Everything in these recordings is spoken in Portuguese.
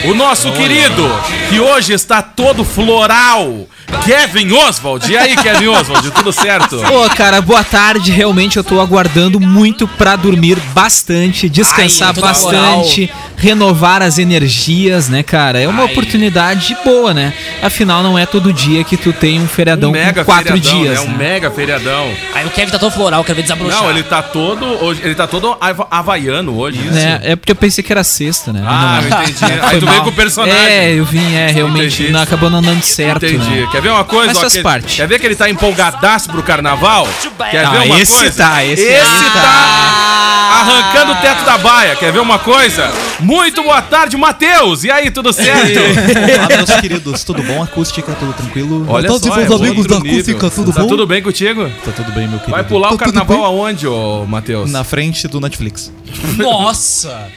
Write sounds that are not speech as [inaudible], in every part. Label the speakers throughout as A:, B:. A: O nosso querido, que hoje está todo floral, Kevin Oswald. E aí, Kevin Oswald, tudo certo?
B: Pô, cara, boa tarde. Realmente eu tô aguardando muito pra dormir bastante, descansar bastante, renovar as energias, né, cara? É uma oportunidade boa, né? Afinal, não é todo dia que tu tem um feriadão com quatro
A: feriadão,
B: dias.
A: É um
B: né?
A: mega feriadão.
C: Aí o Kevin tá todo floral, quero ver desabrochar.
A: Não, ele tá todo. Hoje, ele tá todo hava- havaiano hoje. Isso.
B: Né? É porque eu pensei que era sexta, né?
A: assim. Ah, eu
B: Não,
A: entendi.
B: né?
A: Aí
B: [laughs] Foi
A: tu veio
B: mal.
A: com o personagem.
B: É, eu vim, é, realmente.
A: Entendi.
B: Não, acabou não dando certo,
A: Entendi.
B: né?
A: Quer ver uma coisa?
B: Mas
A: ó,
B: faz
A: que-
B: parte.
A: Quer ver que ele tá empolgadaço pro carnaval? Quer
B: Ah,
A: ver uma
B: esse
A: coisa?
B: tá, esse aí
A: tá. arrancando o teto da baia. Quer ver uma coisa? Muito boa tarde, Matheus. E aí, tudo certo?
D: Olá, meus queridos, tudo bom? Acústica, tudo tranquilo?
A: Olha
D: [laughs] Boa tarde,
A: só,
D: meus
A: é
D: amigos
A: outro
D: da
A: nível.
D: acústica, tudo
A: tá
D: bom?
A: tudo bem contigo?
D: Tá tudo bem, meu querido.
A: Vai pular
D: Tá
A: o
D: tudo
A: carnaval
D: bem?
A: aonde, ô Matheus?
D: Na frente do Netflix.
C: Nossa!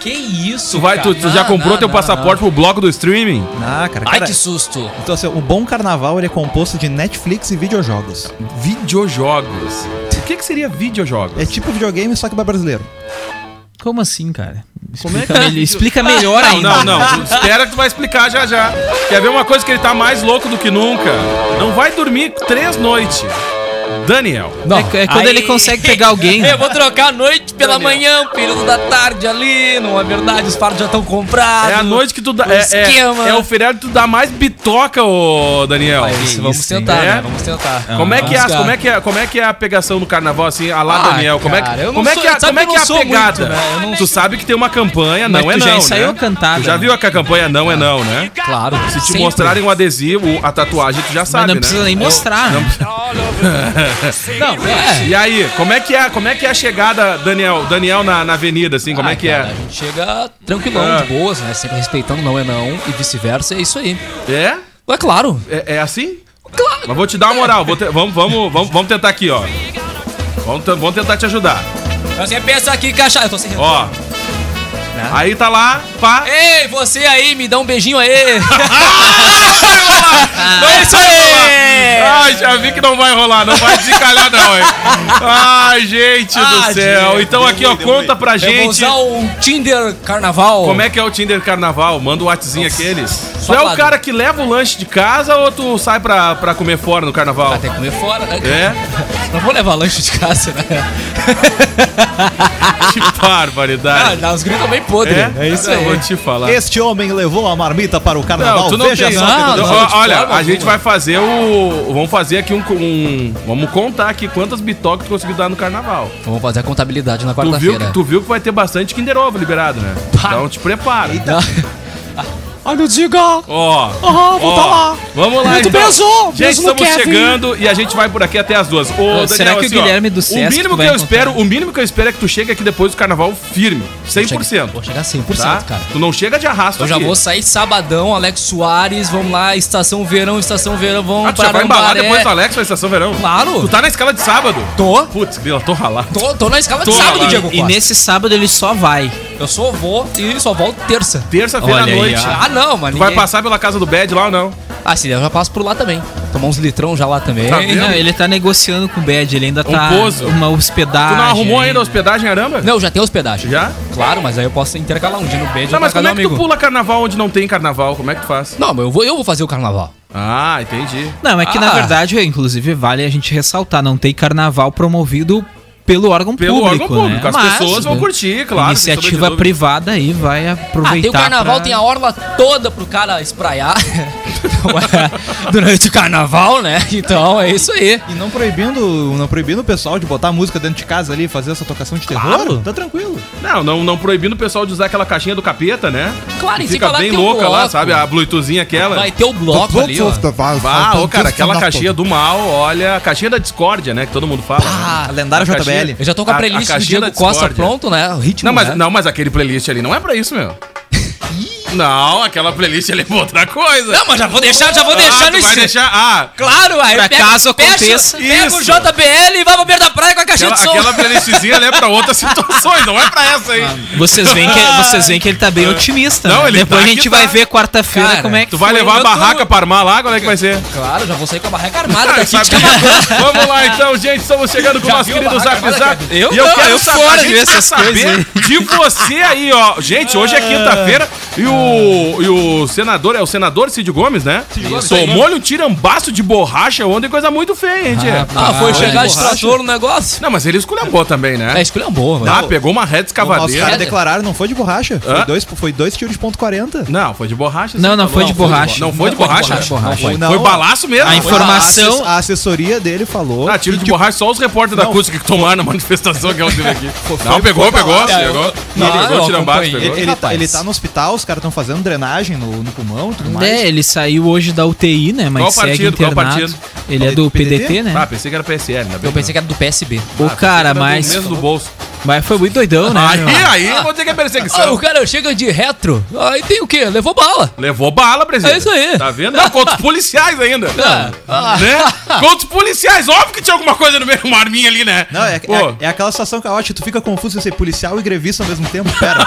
C: Que isso,
A: Tu, vai, tu, tu já comprou teu passaporte pro bloco do streaming?
D: Ah, cara,
C: Ai,
D: cara,
C: que susto.
D: Então, assim, o bom carnaval ele é composto de Netflix e videojogos.
A: Videojogos. O que, que seria videojogos?
D: É tipo videogame, só que pra brasileiro.
B: Como assim, cara? Explica, mel- explica melhor ainda.
A: é Não, não, tu espera que tu vai explicar já já. Quer ver uma coisa que ele tá mais louco do que nunca? Não vai dormir três noites. Daniel.
B: É, é quando ele consegue pegar alguém.
C: [laughs] Eu vou trocar a noite pela manhã, o período da tarde ali. Não é verdade, os fardos já estão comprados.
A: É a noite que tu dá. É,
C: esquema.
A: é, é o feriado que tu dá mais bitoca, ô Daniel.
C: Mas
B: isso,
C: vamos
B: hein?
C: tentar,
A: É?
C: né? Vamos tentar.
A: Como é, que é,
C: Vamos
A: as- como,
C: buscar.
A: é que é, como é que é a pegação do carnaval, assim, a lá,
C: Ah,
A: Daniel? Como é,
C: cara,
A: que
C: eu não
A: como é
C: sou-
A: que é,
C: sabe
A: como é,
C: que eu
A: que é
C: não
A: a
C: sou muito,
A: pegada?
C: né? Eu não-
A: Tu sabe que tem uma campanha,
B: Mas
A: não é
B: tu
A: não,
B: já ensaiou
A: né?
B: cantada.
A: Tu já viu que a campanha não é não, né?
C: Claro.
A: Se te mostrarem um adesivo, a tatuagem, tu já
B: Mas
A: sabe,
B: não
A: né?
B: precisa nem mostrar. né?
C: [laughs]
B: Não, é.
A: E aí, como é que é, como é, que é a chegada, Daniel, Daniel na, na avenida, assim, como é que
C: A
A: é?
C: gente chega tranquilão,
A: Ah.
C: de boas, né? Sempre respeitando não é não e vice-versa, é isso aí.
A: É?
C: É claro.
A: É, é assim?
C: Claro.
A: Mas vou te dar uma moral, vou te- vamos, vamos, vamos, vamos tentar aqui, ó. Vamos, t- vamos tentar te ajudar.
C: Você pensa aqui, caixa. Eu tô sem
A: Ó.
C: É?
A: Aí tá lá, pá.
C: Ei, você aí, me dá um beijinho aí.
A: [laughs] Não vai
C: É.
A: rolar. Ai, já vi que não vai rolar, não vai desencalhar não,
C: [laughs]
A: hein? Ai, gente do
C: Ah,
A: céu.
C: Diego,
A: Então aqui, ó, conta pra
C: Eu vou
A: gente
C: usar um Tinder carnaval.
A: como é que é o Tinder Carnaval. Manda o WhatsApp aqueles. Tu é o
C: safado.
A: cara que leva o lanche de casa ou tu sai pra, pra comer fora no Carnaval?
C: Até comer fora, né?
A: É?
C: [laughs] Não vou levar lanche de casa, né?
A: Que
C: [laughs]
A: barbaridade.
C: Ah, os gritos bem podre.
A: É, isso aí. Eu vou te falar.
D: Este homem levou a marmita para o carnaval.
A: Não, tu não
D: Veja
A: tem.
D: só.
C: Não,
D: que
A: Não,
D: coisa-
C: não, tipo,
A: ó,
C: de
A: olha,
C: forma
A: a gente
C: alguma.
A: vai fazer o. Vamos fazer aqui um. um- vamos contar aqui quantas bitocas tu conseguiu dar no carnaval.
C: Vamos fazer a contabilidade na
A: Tu viu, que,
C: [laughs] quarta-feira. Tá.
A: tu viu que vai ter bastante Kinder Ovo liberado, né? Então te prepara.
C: Ai, meu diga!
A: Ó.
C: Aham, vou tá
A: ó,
C: lá.
A: Vamos lá,
C: Muito
A: então.
C: beijo,
A: Gente,
C: beijo no
A: estamos
C: Kevin.
A: chegando e a gente vai por aqui até as duas. Ô, Daniel,
B: será que o
A: assim, ó,
B: Guilherme do Sesc
A: o mínimo que
B: vai
A: eu
B: encontrar?
A: espero, O mínimo que eu espero é que tu chegue aqui depois do carnaval firme. 100%.
C: Vou chegar a 100%,
A: Tá?
C: cara.
A: Tu não chega de arrasto
C: Eu já
A: aqui.
C: vou sair sabadão, Alex Soares, vamos lá, estação verão, estação verão, vamos
A: Ah, tu já vai embalar
C: Arambaré.
A: depois do Alex pra Estação Verão?
C: um Claro.
A: Tu tá na escala de sábado?
C: Tô.
A: Putz, Bila, tô ralado.
C: Tô, tô na escala de
A: Tô,
C: sábado,
A: mano.
C: Diego
B: E
C: Costa.
B: nesse sábado ele só vai.
C: Eu só vou e só volto terça.
A: Terça-feira à
B: Olha aí,
A: noite.
C: Ah, não, mano.
A: Tu vai
C: ninguém-
A: passar pela casa do Bad lá ou não?
C: Ah, sim, eu já passo por lá também. Tomar uns litrão já lá também.
A: Tá vendo?
B: Não, ele tá negociando com o Bad, ele ainda tá
A: Oposo.
B: uma hospedagem.
A: tu não arrumou ainda a hospedagem em Aramba?
C: ah, Não, já tem hospedagem.
A: Já?
C: Claro, mas aí eu posso intercalar um dia no beijo
A: Tá, mas como é que
C: amigo.
A: tu pula carnaval onde não tem carnaval? Como é que tu faz?
C: Não, mas eu vou, eu vou fazer o carnaval.
A: Ah, entendi.
B: Não, é que na
C: Ah.
B: verdade, inclusive, vale a gente ressaltar, não tem carnaval promovido pelo órgão
A: Pelo
B: público.
A: órgão público.
B: né?
A: As pessoas vão curtir, claro,
B: a
A: sem sombra de
B: Iniciativa
A: dúvida.
B: privada aí vai
C: Ah,
B: aproveitar.
C: tem o carnaval,
B: pra-
C: tem a orla toda pro cara espraiar. [laughs] Não é Durante o carnaval, né? Então é isso aí.
D: E não proibindo, não proibindo o pessoal de botar música dentro de casa ali, fazer essa tocação de terror,
A: Claro.
D: tá tranquilo.
A: Não, não, não proibindo o pessoal de usar aquela caixinha do capeta, né?
C: Claro,
A: Que
C: e sem
A: fica
C: falar
A: bem
C: que tem um
A: louca lá,
C: bloco.
A: sabe? A Bluetoothzinha aquela.
C: Vai ter o bloco ali, ó.
A: Ah, ô, cara, aquela caixinha do mal, olha, a caixinha da discórdia, né? Que todo mundo fala.
C: Ah,
A: né?
D: lendária
A: A caixinha-
D: JBL.
C: Eu já tô com a
A: a- a
C: playlist do
A: caixinha
C: Diego
A: da
C: Costa
A: discórdia.
C: pronto, né? O ritmo,
A: Não, mas,
C: né?
A: não, mas aquele playlist ali não é pra isso, meu. não, aquela playlist ali é pra outra coisa.
C: Não, mas já vou deixar, já vou deixar
A: ah,
C: no
A: tu vai
C: estilo.
A: deixar. Ah,
C: Claro, aí
B: Pra
C: pega-
B: caso
C: fecha-
B: aconteça.
C: Pega o
A: Isso.
C: JBL e vai pra beira da praia com a caixinha
A: aquela,
C: de som.
A: aquela playlistzinha ali é pra outras [laughs] situações, não é pra essa aí.
C: Ah.
B: Vocês veem,
A: [laughs]
B: que, vocês veem que ele tá bem otimista.
A: É. Não,
B: né?
A: ele
B: Depois
A: tá
B: a gente
A: que
B: vai
A: tá.
B: ver quarta-feira
C: Cara,
B: como é que
A: Tu vai
B: foi.
A: levar a
C: eu tô-
A: barraca pra armar lá, qual é que vai ser?
C: Claro, já vou sair com a barraca armada
A: [laughs] Ah,
C: daqui
A: sabe-
C: de Camacuã.
A: Vamos lá então, gente. Estamos chegando com o
C: Já
A: nosso
C: viu a
A: querido Zap
C: barraca?
A: Zap.
C: Olha, cara,
A: E
B: eu
A: eu
B: não,
A: quero
B: eu
A: saber,
B: fora
A: a gente
B: de
A: quer
B: essas
A: saber
B: coisas aí.
A: de você aí, ó. Gente, hoje é quinta-feira e o, e o senador, é o senador Cid Gomes, né? Tomou-lhe um tirambaço de borracha ontem, coisa muito feia, hein, Diego?
C: Ah, foi
B: Ah,
C: chegar
B: olha,
C: de trator no negócio.
A: Não, mas ele esculhambou também,
C: É,
A: né?
C: escolha boa, mano.
A: Ah, pegou uma reta
D: Os
A: escavadeira.
D: caras declararam, não foi de borracha.
A: Hã?
D: Foi dois, foi dois tiros de ponto 40.
A: Não, foi de borracha.
B: Não,
A: sim,
B: não
A: tá
B: foi
A: bom.
B: de borracha.
A: Não foi de
C: Não foi de
A: borracha.
C: borracha.
A: Não foi.
D: Não.
A: Foi balaço mesmo.
B: A
A: Foi
B: informação-
D: A assessoria dele falou. tipo,
A: Ah, tiro de borracha só os repórteres da acústica que tomaram na manifestação que ela teve aqui. Não,
D: foi-
A: pegou,
D: foi
A: pegou,
C: lá.
A: pegou.
C: Não,
A: Não,
C: eu
A: pegou, tirambaço,
C: acompanhei.
A: pegou.
D: Ele, ele tá,
C: Rapaz.
D: ele tá no hospital, os caras estão fazendo drenagem no, no pulmão e tudo mais.
B: É, ele saiu hoje da UTI, né? Mas
A: Qual
B: segue
A: partido? Qual
B: internado.
A: partido?
B: Ele é do
D: PDT?
B: PDT, né?
A: Ah, pensei que era PSL, ainda bem. Tá
C: Eu pensei que era do PSB.
B: O cara, mas,
A: Mesmo é do bolso.
B: mas foi muito doidão, né? meu?
A: Aí, aí, vou dizer que é
C: É. Ah, o
A: perseguição.
C: cara chega de retro. Aí tem o quê? Levou bala.
A: Levou bala, presidente.
C: É isso aí.
A: Tá vendo? Não, contra os policiais ainda.
C: [laughs] Ah, ah.
A: É. Né? Contra os policiais. Óbvio que tinha alguma coisa no meio, uma arminha ali, né?
D: Não, é, é-
A: Pô,
D: é aquela situação caótica, tu fica confuso em ser policial e grevista ao mesmo tempo.
A: [laughs]
D: Pera.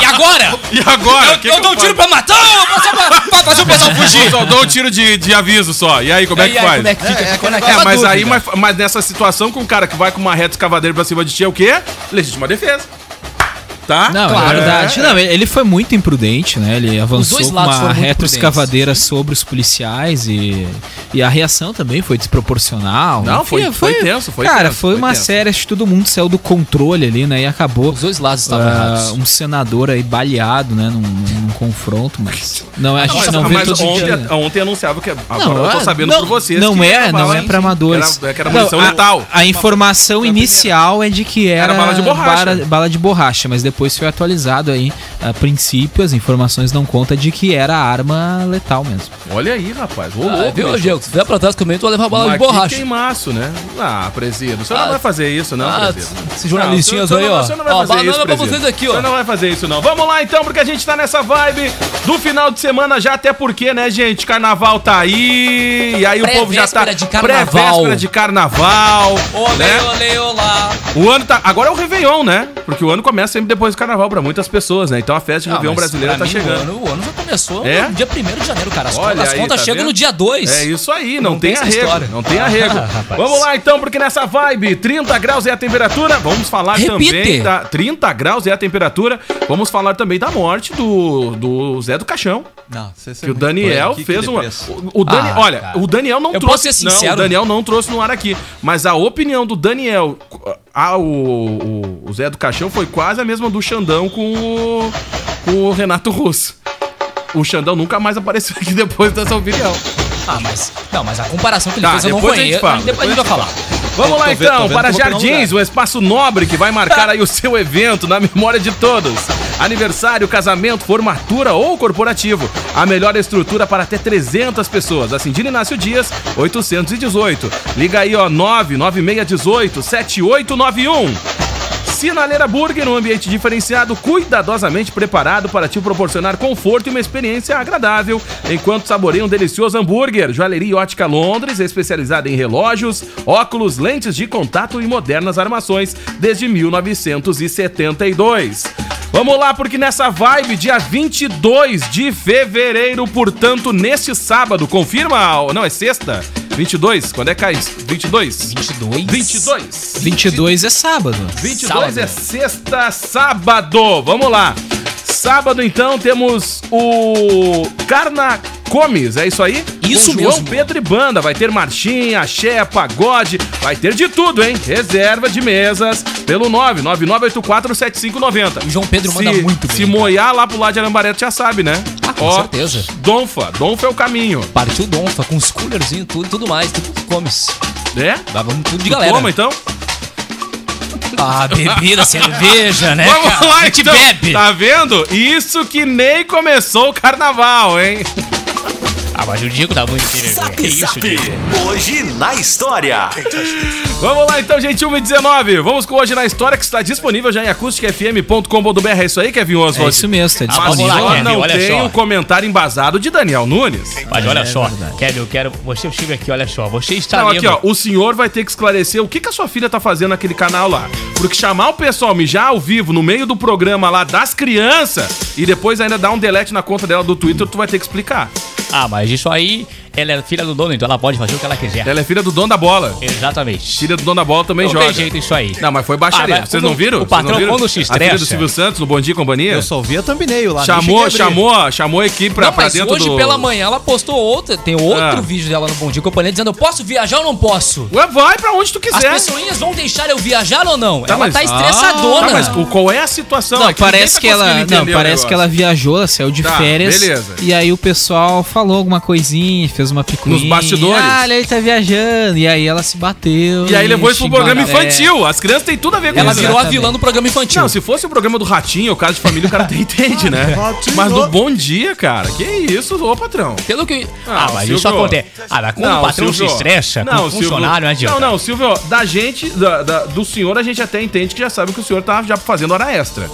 C: E agora?
A: E agora?
C: Eu,
A: O que
C: eu
A: que
C: dou um tiro
A: faço?
C: pra matar ou
A: [laughs]
C: pra, pra, pra fazer o pessoal fugir?
A: Eu Só dou um tiro de, de aviso só. E aí, como é que
C: E aí,
A: faz?
C: como é que fica?
D: É, é
C: Fica
D: aquele
A: É,
C: naquela
A: mas
C: dúvida.
A: aí, mas, mas nessa situação com um cara que vai com uma reta escavadeira pra cima de ti é o quê? Legítima defesa. Tá?
B: Não, é
A: É.
B: verdade. Não, ele ele foi muito imprudente, né? Ele avançou
C: dois
B: com
C: lados
B: uma
C: foram muito
B: retroescavadeira sobre os policiais e, e a reação também foi desproporcional.
A: Não, foi-
B: Enfim,
A: foi tenso, foi
B: Cara,
A: tenso,
B: foi,
A: foi
B: uma
A: tenso.
B: série, acho que todo mundo saiu do controle ali, né? E acabou
C: Os dois lados
A: É,
C: estavam
B: ah,
C: errados.
B: um senador aí baleado, né? Num, num- num confronto, mas... Não, a gente
A: Mas,
B: não
A: mas,
B: vê todo
A: ontem,
B: dia. né?
A: ontem anunciava que. Agora
B: Não,
A: eu tô
B: é-
A: sabendo
B: não,
A: por vocês.
B: Não
A: que
B: é,
A: era
B: não
A: bala
B: é
A: de-
B: pra amadores.
A: Era, que era
B: Não,
A: munição
B: a-
A: letal.
B: A, informação inicial é de que era,
A: Era bala de borracha.
B: bara- bala de borracha, mas depois foi atualizado aí. A princípio, as informações não contam de que era arma letal mesmo.
A: Olha aí, rapaz. Ô,
C: Ah,
A: louco,
C: viu,
A: um é, bicho.
C: Diego? Se vier pra trás comigo, tu vai levar bala
A: Mas
C: de
A: que
C: borracha.
A: queimaço, né? Ah, presídio. O senhor
C: Ah,
A: não vai fazer isso, não,
C: ah,
A: presídio.
C: esses jornalistinhas
A: Não, o senhor-
C: aí, ó.
A: O senhor não vai
C: Ó,
A: fazer isso,
C: banana pra
A: presídio.
C: vocês aqui, ó.
A: O senhor não vai fazer isso, não. Vamos lá, então, porque a gente tá nessa vibe do final de semana já, até porque, né, gente? Carnaval tá aí, e aí o povo já tá...
C: Pré-véspera de carnaval.
A: Pré-véspera de carnaval,
C: Olê,
A: né?
C: olê, olá.
A: O ano tá. Agora é o Réveillon, né? Porque o ano começa sempre depois do carnaval pra muitas pessoas, né? Então a festa de
C: Ah,
A: Réveillon
C: mas
A: brasileira
C: pra
A: tá
C: mim,
A: chegando.
C: O ano, o ano já começou
A: É?
C: no dia 1 de janeiro, cara. As
A: Olha
C: contas, as
A: aí,
C: contas
A: tá
C: chegam
A: vendo?
C: no dia 2.
A: É isso aí, não,
C: Não
A: tem,
C: tem essa
A: arrego.
C: história.
A: Não tem arrego.
C: [laughs] rapaz.
A: Vamos lá então, porque nessa vibe, 30 graus é a temperatura. Vamos falar
C: Repite.
A: também da. 30 graus é a temperatura. Vamos falar também da morte do, do Zé do Caixão.
D: Não, você
A: é Que o Daniel fez uma. O, o Dani-
C: Ah,
A: olha,
C: cara.
A: o Daniel não
C: Eu posso
A: trouxe.
C: ser sincero?
A: Não, o Daniel não trouxe no ar aqui. Mas a opinião do Daniel ao o, o Zé do Caixão foi quase a mesma do Xandão com o, com o Renato Russo. O Xandão nunca mais apareceu aqui depois dessa opinião.
C: Ah, mas. Não, mas a comparação que ele
A: Tá,
C: fez eu não
A: depois a gente
C: conheço.
A: fala,
C: Depois, a gente vai falar.
A: Vamos lá
D: Tô vendo- tô
A: então,
D: vendo
A: para
D: que eu vou pegar um
A: Jardins, o espaço nobre que vai marcar aí o
D: [laughs]
A: seu evento na memória de todos. Aniversário, casamento, formatura ou corporativo. A melhor estrutura para até 300 pessoas. Acindina Inácio Dias, 818. Liga aí, ó, 99618 7891. Sinaleira Burger, um ambiente diferenciado, cuidadosamente preparado para te proporcionar conforto e uma experiência agradável, enquanto saboreia um delicioso hambúrguer. Joalheria e Ótica Londres, especializada em relógios, óculos, lentes de contato e modernas armações desde 1972. Vamos lá, porque nessa vibe, dia 22 de fevereiro, portanto, neste sábado, confirma? ou Não, é sexta? 22, quando é que cai? 22?
C: 22.
A: 22.
B: 22 é sábado.
A: 22
C: Sábado.
A: é sexta, sábado. Vamos lá. Sábado, então, temos o Carna Comes, é isso aí?
C: Isso
A: Com João
C: mesmo.
A: Pedro e Banda, vai ter marchinha, axé, pagode, vai ter de tudo, hein? Reserva de mesas pelo 999847590.
C: O João Pedro manda
A: se,
C: muito bem,
A: Se
C: cara.
A: moiar lá pro lado de Arambaré, tu já sabe, né?
C: Ah, com certeza.
A: Donfa, Donfa é o caminho,
C: Partiu Donfa, com os coolerzinhos, tudo, tudo mais, tudo que comes.
A: né?
C: Dá, vamos tudo de
A: Tu
C: galera.
A: Toma então. [laughs]
C: Ah, bebida, cerveja, né?
A: Vamos
C: cara?
A: lá
C: A gente
A: então.
C: bebe.
A: Tá vendo? Isso que nem começou o carnaval, hein?
C: Ah, mas o Diego tá muito Que isso, Diego?
E: Hoje na história.
A: Vamos lá então, gente, 1h19. Vamos com hoje na história que está disponível já em acústicafm.com.br. É isso aí, Kevin Oswald?
B: É isso mesmo, tá
C: Ah, vamos
B: disponível.
C: lá,
A: Só
C: Kevin,
A: não
C: olha
A: tem
C: só.
A: o comentário embasado de Daniel Nunes.
F: Mas olha só, Kevin, eu quero. Você chega aqui, olha só. Você
C: Tá
F: está
A: Não, Então, aqui,
F: lendo.
A: ó. O senhor vai ter que esclarecer o que, que a sua filha tá fazendo naquele canal lá. Porque chamar o pessoal mijar ao vivo no meio do programa lá das crianças e depois ainda dar um delete na conta dela do Twitter, tu vai ter que explicar.
F: Ah, mas isso aí, ela é filha do dono, então ela pode fazer o que ela quiser.
A: Ela é filha do dono da bola.
F: Exatamente.
A: Filha do dono da bola também
F: Não
A: joga.
F: tem jeito isso aí.
A: Não, mas foi baixaria.
F: Ah, mas
A: Vocês
F: quando
A: não viram?
F: o
A: Vocês
F: patrão,
A: não viram?
F: quando se
A: A filha do
F: estressa-
A: Silvio Santos, no Bom Dia e Companhia?
D: Eu só vi a thumbnail
B: Ah,
D: lá. nem cheguei
A: Chamou,
D: a abrir.
A: chamou, chamou a equipe pra,
C: Não,
A: pra
C: mas
A: dentro
C: hoje
A: do...
C: pela manhã ela postou outra, tem outro
A: Ah.
C: vídeo dela no Bom Dia Companhia dizendo: Eu posso viajar ou não posso?
A: Ué, vai pra onde tu
C: As
A: quiser.
C: pessoinhas vão deixar eu viajar ou não? ela
A: mas- Tá,
C: tá estressadona.
A: mas o- qual é a situação?
B: Não,
A: É que
B: parece que
A: ninguém tá
B: ela.
A: conseguindo
B: Não,
A: entender o
B: parece que ela
A: negócio.
B: viajou, ela saiu de
A: Tá,
B: férias.
A: beleza.
B: E aí o pessoal falou alguma coisinha, fez uma picuinha.
A: Nos bastidores.
B: Ah, olha, ele tá viajando. E aí ela se bateu.
A: E aí levou isso pro
B: xingou né? É. a
A: programa
B: galera.
A: infantil. As crianças têm tudo a ver com
C: Ela
A: isso.
C: virou
A: né?
C: a vilã do programa infantil.
A: Não, se fosse o programa do Ratinho, o caso de família, o cara até entende, né?
D: Ratinho.
A: Mas do Bom Dia, cara, que isso, ô patrão.
C: Pelo que.
F: Ah, mas isso
A: Silvio.
F: acontece. Ah, mas quando o patrão
A: Silvio.
F: se estressa, com o
A: Silvio.
F: funcionário, não adianta.
A: Não, não, Silvio, da gente, da- da- do senhor, a gente até entende que já sabe que o senhor tá já fazendo hora extra.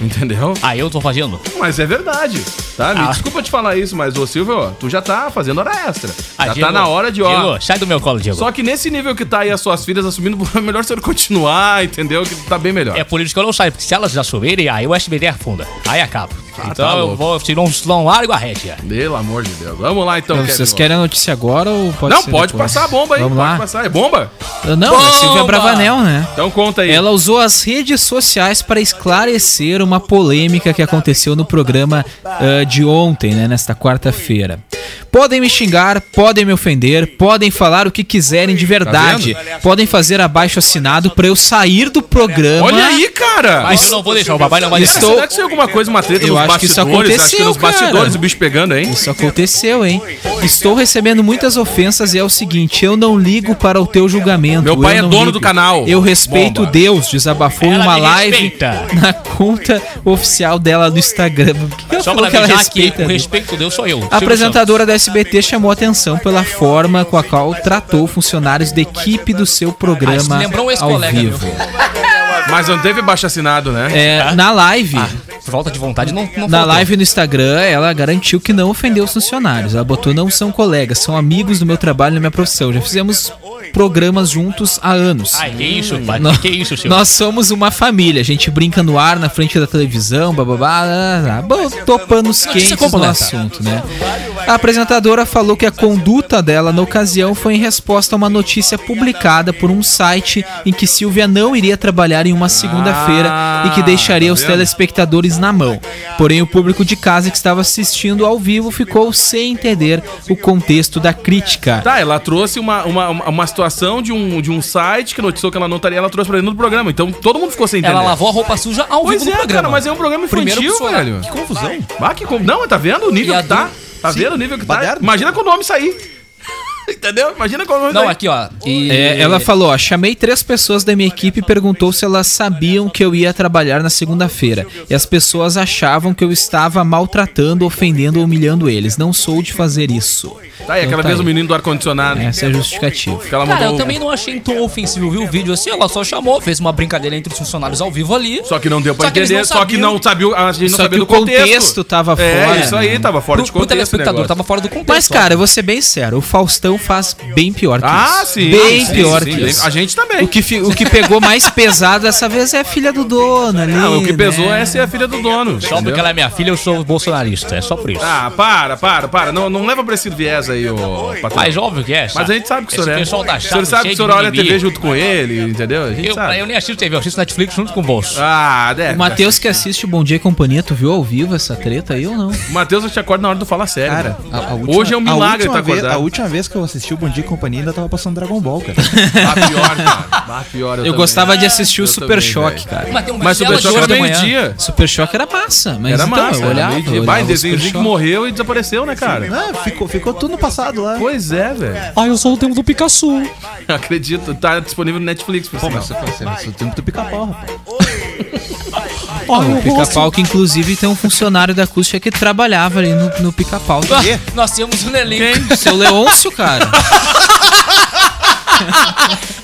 A: Entendeu?
F: Ah, eu tô fazendo.
A: Mas é verdade, tá? Me
B: Ah.
A: desculpa te falar isso, mas, ô Silvio, tu já tá fazendo hora extra.
F: Ah,
A: já
F: Diego,
A: tá na hora de, ó...
F: Diego, sai do meu colo, Diego.
A: Só que nesse nível que tá aí as suas filhas assumindo, [laughs] é melhor você continuar, entendeu? Que tá bem melhor.
F: É por isso que eu não saio, porque se elas assumirem, aí o SBT afunda. Aí acaba. então
A: tá
F: eu
A: louco.
F: vou, se não, se não um largo a rédea.
A: Pelo amor de Deus. Vamos lá então,
B: Não,
A: Kevin
B: É, Vocês
A: Oswald.
B: querem a notícia agora ou pode
A: Não,
B: ser
A: pode
B: depois?
A: passar a bomba aí.
B: Vamos
A: pode
B: lá.
A: passar. É bomba?
B: Não, é Silvia
C: Bomba!
B: Bravanel, né?
A: Então conta aí.
B: Ela usou as redes sociais para esclarecer uma polêmica que aconteceu no programa ah, de ontem, né, nesta quarta-feira. Podem me xingar, podem me ofender, podem falar o que quiserem
A: Tá
B: de verdade, podem fazer abaixo assinado para eu sair do programa.
A: Olha aí, cara.
F: Mas eu não vou deixar, o papai não vai deixar.
A: Cara,
B: é- estou-
A: Será que saiu alguma coisa, uma treta
B: Eu
A: nos
B: acho que isso
A: bastidores? acho que
B: aconteceu,
A: nos bastidores
B: cara.
A: o bicho pegando, hein?
B: Isso aconteceu, hein? Estou recebendo muitas ofensas e é o seguinte, eu não ligo para o teu julgamento.
A: Meu pai
B: eu
A: é
B: não
A: dono
B: ligo.
A: do canal.
B: Eu respeito
A: Bomba.
B: Deus, desabafou em
F: Ela
B: uma
F: me
B: live
F: respeita.
B: na conta oficial dela no Instagram. Por que ela
F: Só
B: falou
F: pra
B: que ela
F: avisar que
A: né?
B: respeita?
F: o
B: Deus?
F: respeito deu sou eu.
B: A apresentadora da SBT chamou atenção pela forma com a qual tratou funcionários da equipe do seu
C: Ah, isso
B: programa
C: me lembrou um
B: ao
C: ex-colega meu.
B: vivo.
A: Mas não teve baixo assinado, né?
B: É, na live,
C: Volta de vontade não, não
B: Na
C: faltou.
B: live no Instagram, ela garantiu que não ofendeu os funcionários. Ela botou não são colegas, são amigos do meu trabalho e da minha profissão. Já fizemos programas juntos há anos.
F: Ai, que isso, pai?
B: Nó-
F: Que isso, senhor?
B: Nós somos uma família, a gente brinca no ar, na frente da televisão, bababá, blá, blá, blá. Bom, topando os quentes no
C: completa.
B: assunto, né? A apresentadora falou que a conduta dela na ocasião foi em resposta a uma notícia publicada por um site em que Silvia não iria trabalhar em uma segunda-feira e
F: Ah,
B: que deixaria
F: tá
B: os telespectadores na mão. Porém, o público de casa que estava assistindo ao vivo ficou sem entender o contexto da crítica.
A: Tá, ela trouxe uma, uma, uma uma situação de um, de um site que noticiou que ela não estaria, ela trouxe pra dentro do programa. Então todo mundo ficou sem entender.
C: Ela lavou a roupa suja ao
A: Pois
C: vivo
A: é,
C: no programa.
A: cara, mas é um programa
C: Primeiro
A: infantil,
C: pro
A: velho.
C: solar.
A: Que confusão. Ah, que con- Não, tá vendo o nível
C: E a
A: que tá?
C: do-
A: Tá vendo o nível que tá?
D: baderna.
A: Imagina quando o nome sair. [laughs] Entendeu? Imagina quando o nome
C: Não,
A: sair.
C: aqui, ó. E...
B: É, ela falou, ó, chamei três pessoas da minha equipe e perguntou se elas sabiam que eu ia trabalhar na segunda-feira. E as pessoas achavam que eu estava maltratando, ofendendo ou humilhando eles. Não sou de fazer isso.
A: Tá, e
B: Então
A: aquela
B: tá
A: vez
B: aí.
A: o menino do ar-condicionado.
B: Essa é a justificativa.
A: Que ela
F: um-
C: Cara,
A: mandou. um-
C: eu também não achei tão ofensivo, viu? O vídeo assim, ela só chamou, fez uma brincadeira entre os funcionários ao vivo ali.
A: Só que não deu pra
C: Só que eles
A: entender,
C: não
A: só que
C: sabiam.
A: não sabia, a gente não
B: Só
A: sabia
B: que
A: do
B: o contexto tava
A: é,
B: fora,
A: isso aí,
B: né?
A: tava fora
C: pro,
A: de
C: pro
A: contexto. né, o
C: telespectador,
A: negócio.
C: tava fora do contexto.
B: Mas, cara, eu vou ser bem sério. O Faustão faz bem pior que
A: Ah,
B: isso.
A: sim.
B: Bem
A: sim,
B: pior
A: sim,
B: que
A: bem-
B: isso.
A: A gente também.
B: O que, fi- o que pegou mais pesado dessa vez é a filha do dono ali.
A: Não, o que pesou
B: né?
A: é ser a filha do dono.
F: Só
A: entendeu?
F: porque ela é minha filha, eu sou bolsonarista. É só por isso.
A: Ah, para, para, para. Não, não leva pra esse viés aí, ô patrão.
F: Mas óbvio que é.
A: Mas a gente sabe que o
F: Esse
A: senhor é.
F: pessoal tá
A: o
F: chato,
A: senhor sabe que
F: cheio
A: o senhor
F: de
A: olha a TV
F: mimimi.
A: junto com ele, entendeu? A gente
F: Eu,
A: sabe.
F: eu nem assisto TV, eu assisto Netflix junto com o bolso.
A: Ah, deve.
B: O Matheus que assiste o Bom Dia e Companhia, tu viu ao vivo essa treta aí ou não?
A: O Matheus, eu te acordo na hora do falar sério.
D: Cara,
A: né?
D: a- a última-
A: hoje é um
D: a
A: milagre
D: última
A: tá
D: vez-
A: acordado.
D: A última vez que eu assisti o Bom Dia e Companhia ainda tava passando Dragon Ball, cara. [laughs]
A: Ah, pior, cara. Ah, pior,
B: Eu
A: também.
B: gostava de assistir o
A: Eu
B: Super
A: também,
B: Choque,
A: velho.
B: cara.
F: tem um
A: Mas o
F: Marcelo
A: Super Choque
F: Júnior
A: era
F: da manhã.
A: meio-dia.
B: Super Choque era massa, mas
A: Era
B: então,
A: massa.
B: eu olhava,
A: era meio-dia.
B: eu
A: Bah,
B: olhava o Super
A: desenhozinho que
B: Choque.
A: morreu e desapareceu, né, cara?
D: Ah, ficou, ficou tudo no passado lá.
A: Pois é, velho.
C: Ah, eu sou o tempo do Pikachu.
A: [laughs] Acredito. Tá disponível no Netflix, por
D: Pô,
A: sinal.
D: mas você você- você- o tempo do pica-pau, rapaz.
B: O Pica-Pau que inclusive tem um funcionário da acústica que trabalhava ali no, no Pica-Pau.
C: Nós temos um elenco.
B: [laughs] Seu Leôncio, cara.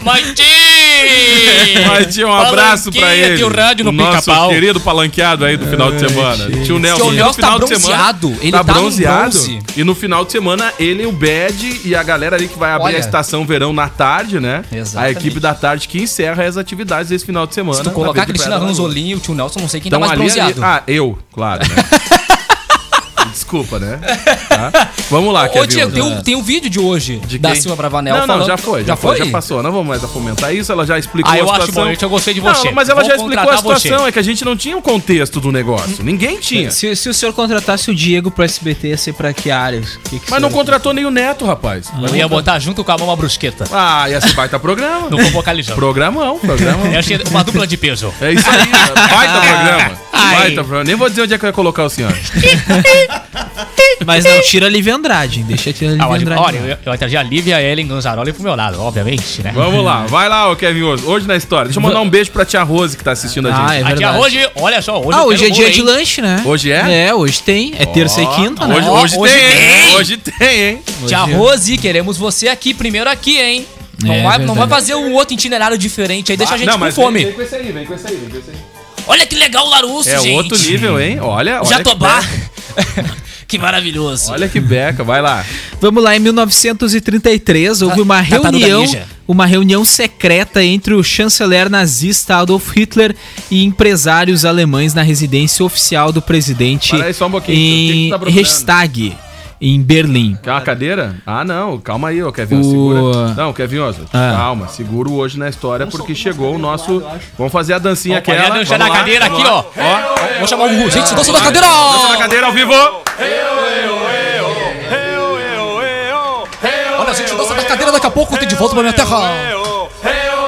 F: Mati!
C: É.
A: [laughs] Mas tinha um abraço pra
F: Palanquinha,
A: ele.
F: tio rádio no
A: o nosso
F: pica-pau.
A: querido palanqueado aí do final de semana. Tio Nelson,
C: Tio
A: no
C: Nelson
A: final
C: tá
A: de semana.
C: bronzeado, ele tá num bronze.
A: E no final de semana, ele, o Bad e a galera ali que vai abrir
C: Olha.
A: a estação verão na tarde, né?
C: Exatamente.
A: A equipe da tarde que encerra as atividades desse final de semana. Tá
C: Se tu
A: na
C: colocar a
A: Verde
C: Cristina
A: Praia da Lagoa.
C: Ranzolin e o tio Nelson, não sei quem tá
A: Então
C: mais
A: um- ali, ali- Ah,
C: bronzeado.
A: eu, claro,
C: [laughs]
A: né? Desculpa, né? Tá? Vamos lá,
C: Ô,
A: Kevin.
C: Diego, tem um, tem um vídeo de hoje
A: De
C: da
A: quem?
C: Silva Bravanel
A: Não, não,
C: falando-
A: já foi, já, foi, já passou. Não vamos mais fomentar isso, ela já explicou
F: Ah,
A: a
F: eu acho
A: situação.
F: bom, gente, eu gostei de
A: Não,
F: você.
A: mas ela
F: Vou
A: já explicou a
F: contratar você.
A: situação, é que a gente não tinha o contexto do negócio. Ninguém tinha.
B: Se, se o senhor contratasse o Diego pro SBT, ia ser pra que áreas? Que que
A: Mas
B: o
A: não
B: senhor-
A: contratou nem o Neto, rapaz.
C: Hum.
F: Eu ia botar junto com a mão uma brusqueta.
A: Ah, ia ser baita programa.
F: Não vou vocalizando.
A: Programão,
C: [laughs]
A: programão.
F: Eu achei uma dupla de peso.
A: É isso aí, baita programa. Baita programa. Nem vou dizer onde é que eu ia colocar o senhor.
B: [laughs] Mas não, tira a Lívia Andrade, hein? deixa a tira a Lívia
F: Ah, mas,
B: Andrade.
F: olha, eu, eu atragi a Lívia, a Ellen Gonzaroli pro meu lado, obviamente, né?
A: Vamos lá, vai lá, ô Kevin Oso. Hoje na história. Deixa eu mandar um beijo pra tia Rose que tá assistindo a
B: Ah,
A: gente.
B: é
F: Aqui,
B: verdade.
F: ó, hoje, olha só, hoje
B: ah,
F: eu
B: hoje é
F: quero
B: dia
F: ouro,
B: de
F: hein?
B: lanche, né?
A: Hoje é?
B: É, hoje tem. É terça e quinta, né?
A: Hoje,
B: Ó,
A: hoje,
C: hoje
A: tem, hein?
C: tem.
A: Hoje tem, hein?
C: Tia
B: Hoje-
C: Rose, queremos você aqui, primeiro aqui, hein? Não,
B: É,
C: vai, não
B: verdade.
C: vai fazer um outro itinerário diferente aí, deixa a gente com
A: mas
C: fome.
A: com esse aí, vem com esse aí, vem com esse aí.
C: Olha que legal o Larusso,
A: É
C: gente.
A: outro nível, hein? Olha, olha.
C: Jatobá.
A: Que beca.
C: [laughs] que maravilhoso.
A: olha que beca, vai lá.
B: Vamos lá, em 1933 houve uma
C: Tartaruga
B: reunião,
C: Ninja.
B: uma reunião secreta entre o chanceler nazista Adolf Hitler e empresários alemães na residência oficial do presidente
A: Para aí só um pouquinho, o que que
B: em
A: tá procurando?
B: Reichstag, em Berlim.
A: Quer uma cadeira? Ah, não, calma aí, ô Kevin,
B: O-
A: segura. Não, Kevin, ó,
B: Ah.
A: calma, seguro hoje na história porque chegou o nosso. Vamos fazer a dancinha
F: Olha,
A: aquela.
F: deixa
A: Vamos
F: na
A: lá,
F: cadeira
A: vamos
F: aqui,
A: lá.
F: ó.
C: Vou chamar o Gugu. Gente, dança da cadeira!
A: Dança na cadeira ao vivo.
C: Olha, gente, dança da cadeira, daqui a pouco eu tô de volta pra minha terra.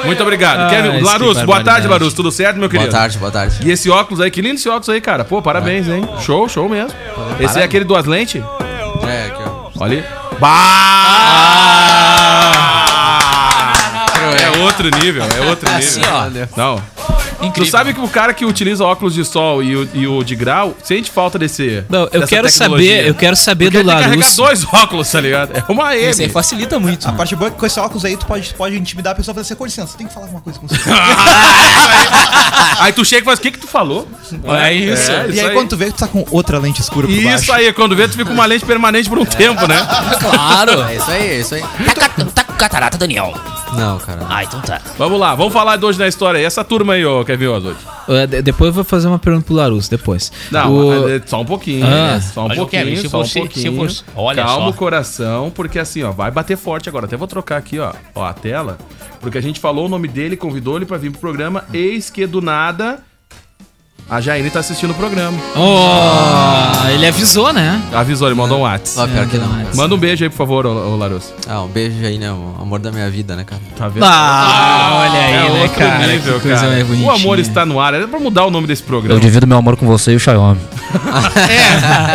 A: Muito obrigado.
B: Ah,
A: Kevin,
B: esse
A: Larus,
B: que
A: boa tarde,
B: barbaridade.
A: Larus. Tudo certo, meu querido?
G: Boa tarde, boa tarde.
A: E esse óculos aí, que lindo esse óculos aí, cara. Pô, parabéns, hein? Show, show mesmo. Esse é aquele duas lentes?
G: É, aqui, ó.
A: Olha ali.
B: Ah!
A: Bah! É outro nível, é outro nível.
C: Assim, ó.
A: Não. Tu sabe que o cara que utiliza óculos de sol e o, e o de grau sente falta desse.
B: Não, eu
A: dessa
B: quero
A: tecnologia.
B: saber, eu quero saber
A: Porque
B: do
A: ele tem que carregar
B: Larusso.
A: dois [laughs] óculos, tá ligado? É uma M.
C: Isso aí facilita muito.
D: A parte boa é que com esse óculos aí tu pode, pode intimidar a pessoa e falar assim, com licença, tem que falar alguma coisa
A: [laughs]
D: com você.
A: [laughs] Aí tu chega e faz, o que que tu falou?
F: É isso.
A: É,
D: e aí, quando tu vê, tu tá com outra lente escura por baixo.
A: Isso aí, quando vê, tu fica com uma lente permanente por um tempo, né?
C: Claro.
G: É isso aí, é isso aí.
C: Tá, ca- tá com catarata, Daniel.
G: Não, cara.
C: Ah, então tá.
A: Vamos lá, vamos falar de hoje na história. E essa turma aí, ô Kevin Oswald?
B: Uh, de- depois eu vou fazer uma pergunta pro Larusso, depois.
A: Não,
B: O-
A: mas é só um pouquinho,
B: Ah.
A: né? Só um
F: Olha,
A: pouquinho,
F: Kevin, se
A: só
F: você- se
A: um pouquinho.
F: você- olha
A: Calma
F: só.
A: o coração, porque assim, ó, vai bater forte agora. Até vou trocar aqui, ó, ó, a tela, porque a gente falou o nome dele, convidou ele pra vir pro programa, eis que do nada a Jaine tá assistindo o programa.
B: Oh, ele avisou, né?
A: Avisou, ele mandou um WhatsApp.
G: Ó, pior que não.
A: Manda um beijo aí, por favor, ô, ô Larusso.
G: Ah, um beijo aí, né? O amor da minha vida, né, cara?
A: Tá vendo?
B: Ah, olha
F: É
B: aí, né,
A: é outro
B: cara?
A: nível,
B: que coisa
A: cara.
B: mais
A: O amor
B: bonitinha.
A: está no ar. É pra mudar o nome desse
F: Eu
A: programa.
F: divido meu amor com você e o Xiaomi.
A: [laughs]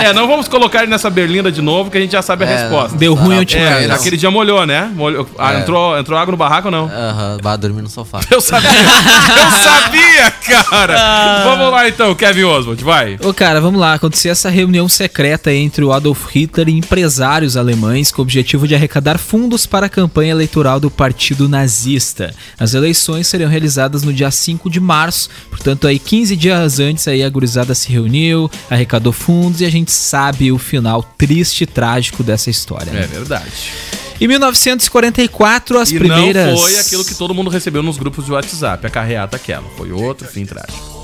A: É, não vamos colocar ele nessa berlinda de novo, que a gente já sabe a resposta.
B: Deu ruim, eu te
A: É,
G: não.
A: naquele dia molhou, né? Molhou- ah,
G: É.
A: entrou, entrou água no barraco ou não?
G: Aham, vai dormir no sofá.
A: [laughs] Eu sabia! eu sabia, cara! Vamos lá então, Kevin Oswald, vai.
B: Ô, cara, vamos lá. Acontecia essa reunião secreta entre o Adolf Hitler e empresários alemães com o objetivo de arrecadar fundos para a campanha eleitoral do Partido Nazista. As eleições seriam realizadas no dia 5 de março, portanto, aí 15 dias antes, aí a gurizada se reuniu, arrecadou fundos e a gente sabe o final triste e trágico dessa história. né?
A: É verdade.
B: Em 1944, as
A: É. e
B: primeiras.
A: não foi aquilo que todo mundo recebeu nos grupos de WhatsApp, a carreata aquela. Foi outro fim trágico.